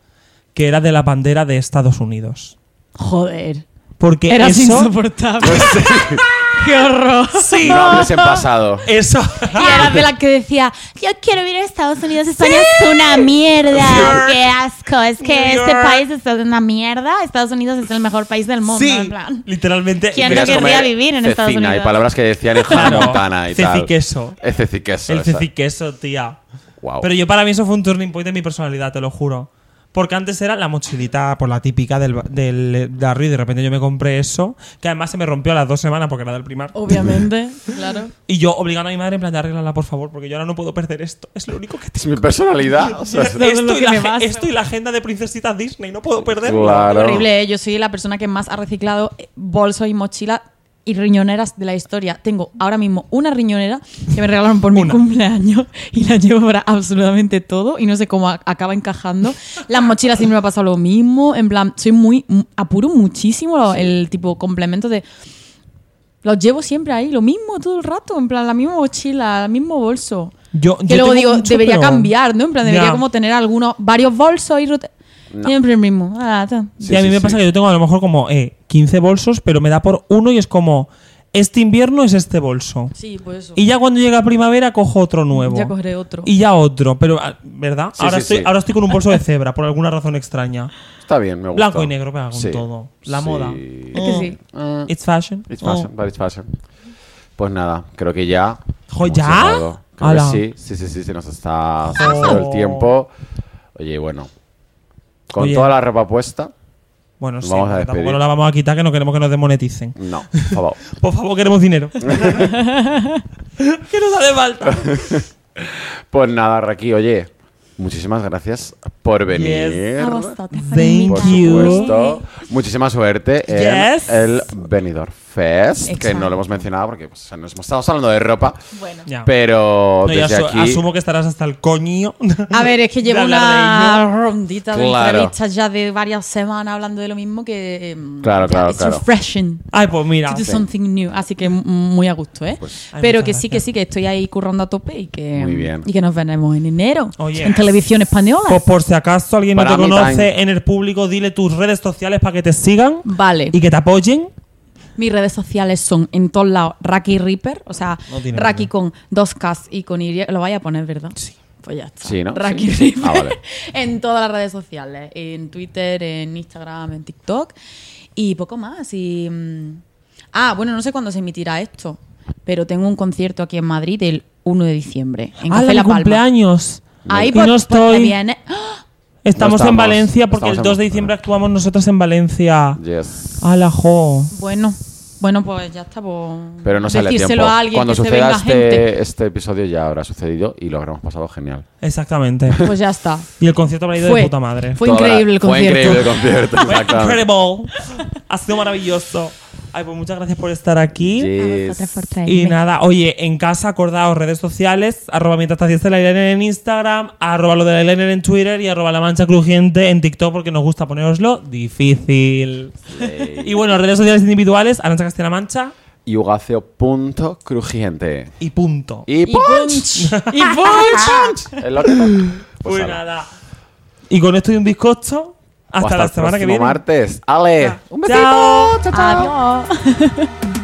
que era de la bandera de Estados Unidos. Joder. Porque Eras (laughs) eso. insoportable. (laughs) ¡Qué horror! (laughs) Sí, No hables en pasado. eso. (laughs) Y Ah. era de la que decía, yo quiero ir a Estados Unidos, España es una mierda. Qué asco, es que New este York. país es una mierda. Estados Unidos es el mejor país del mundo. sí, en plan. literalmente. ¿Quién Querías no querría comer vivir en cecina Estados Unidos? y palabras que decían (laughs) en Hannah Claro. Montana y tal. Ceciqueso. El ceciqueso. El esa. ceciqueso, tía. Guau. Pero yo para mí eso fue un turning point de mi personalidad, te lo juro. Porque antes era la mochilita, por la típica del, del Darry, y de repente yo me compré eso, que además se me rompió a las dos semanas porque era del primar. Obviamente, claro. Y yo obligando a mi madre en plan de arreglarla, por favor, porque yo ahora no puedo perder esto. Es lo (laughs) único que Es tengo. mi personalidad. o sea, esto, es lo y que la, me ge- pasa. esto y la agenda de princesita Disney, no puedo perderlo. Claro. Horrible, ¿eh? yo soy la persona que más ha reciclado eh, bolsos y mochilas y riñoneras de la historia. Tengo ahora mismo una riñonera que me regalaron por mi Una. cumpleaños (laughs) y la llevo para absolutamente todo y no sé cómo a- acaba encajando. Las mochilas siempre me ha pasado lo mismo. En plan, soy muy. m- apuro muchísimo lo- el tipo complemento de. Los llevo siempre ahí, lo mismo todo el rato. En plan, la misma mochila, el mismo bolso. Yo, Que yo luego tengo digo, mucho, debería pero- cambiar, ¿no? En plan, debería Ya. como tener algunos, varios bolsos y rota- Siempre el mismo. Ah, ta. Sí, y a mí sí, me sí. pasa que yo tengo a lo mejor como eh, 15 bolsos, pero me da por uno y es como, este invierno es este bolso. Sí, pues eso. Y ya cuando llega primavera cojo otro nuevo. Ya cogeré otro. Y ya otro, pero ah, ¿verdad? Sí, ahora, sí, estoy, sí. ahora estoy con un bolso de cebra, por alguna razón (laughs) extraña. Está bien, me gusta. Blanco y negro, pega con todo. La moda. Es que sí. Mm, It's fashion. it's Oh. fashion, but it's fashion. Pues nada, creo que ya. Jo, hemos ¿ya? cerrado. Creo que Ala. sí, sí, sí, sí, se nos está pasando el tiempo. Oye, y bueno, con Oye. toda la ropa puesta, Bueno, sí, Vamos a pero tampoco despedir. no la vamos a quitar que no queremos que nos demoneticen. no, por (laughs) favor. Por favor, queremos dinero. (laughs) que nos hace falta. Pues nada, Raki, oye, muchísimas gracias por venir. Yes. A vosotros, por Thank Por invitarme. you. supuesto. Muchísima suerte en Yes. el Benidorm Fest, que Exacto. no lo hemos mencionado porque pues, nos hemos estado hablando de ropa. Bueno. Ya. Pero No, ya desde asu- aquí. asumo que estarás hasta el coño. (laughs) A ver, es que de llevo hablar de una rondita de Claro. entrevistas ya de varias semanas hablando de lo mismo que. em, Claro, ya, claro, it's claro. Ah, refreshing. Ay, pues mira. To do something new, así que m- muy a gusto, ¿eh? Ay, Pero muchas que sí, que gracias. sí, que estoy ahí currando a tope y que, Pues, Muy bien. Y que nos veremos en enero Oh, yes. en televisión española. Pues por si acaso alguien no Para te mí, conoce time. en el público, dile tus redes sociales para que te sigan vale. y que te apoyen. Mis redes sociales son en todos lados Raki Reaper, o sea, No tiene Raki nombre. con dos Ks y con Y. Lo vais a poner, ¿verdad? Sí. Pues ya está. Sí, ¿no? Raki Sí. Reaper. Ah, vale. (laughs) en todas las redes sociales. En Twitter, en Instagram, en TikTok. Y poco más. Y. mm, Ah, bueno, no sé cuándo se emitirá esto. Pero tengo un concierto aquí en Madrid el 1 de diciembre. En ¡Hala, Café mi La Palma. cumpleaños! Ahí Y pues, no pues me estoy. viene. ¡Ah! Estamos, No en estamos, Valencia porque estamos el en- 2 de diciembre actuamos nosotros en Valencia. Yes. ¡Hala, jo! Bueno, bueno, pues ya está. Pues, Pero no sale a Decírselo tiempo. a alguien Cuando que se suceda venga gente. este, este episodio ya habrá sucedido y lo habremos pasado genial. Exactamente. Pues ya está. Y el concierto habrá ido de puta madre. Fue Toda la- increíble el concierto. Fue (laughs) increíble el concierto, Fue exactamente. incredible. Ha sido maravilloso. Ay, pues muchas gracias por estar aquí. Yes. Vosotros por Y traerme. nada, oye, en casa acordaos redes sociales, arroba mientras te haces la Irene en Instagram, arroba lo de la Irene en Twitter y arroba la mancha crujiente en TikTok porque nos gusta poneroslo difícil. Y bueno, redes sociales individuales, Arancha Castilla Mancha Y ugaceo.crujiente. y punto. (laughs) Y Y punch. (laughs) punch. Y punch. (laughs) Es lo que toca. Pues Pues ala. nada. Y con esto y un bizcocho, Hasta, O la semana el que próximo viene. Ah. martes. Ale, Chao. Adiós.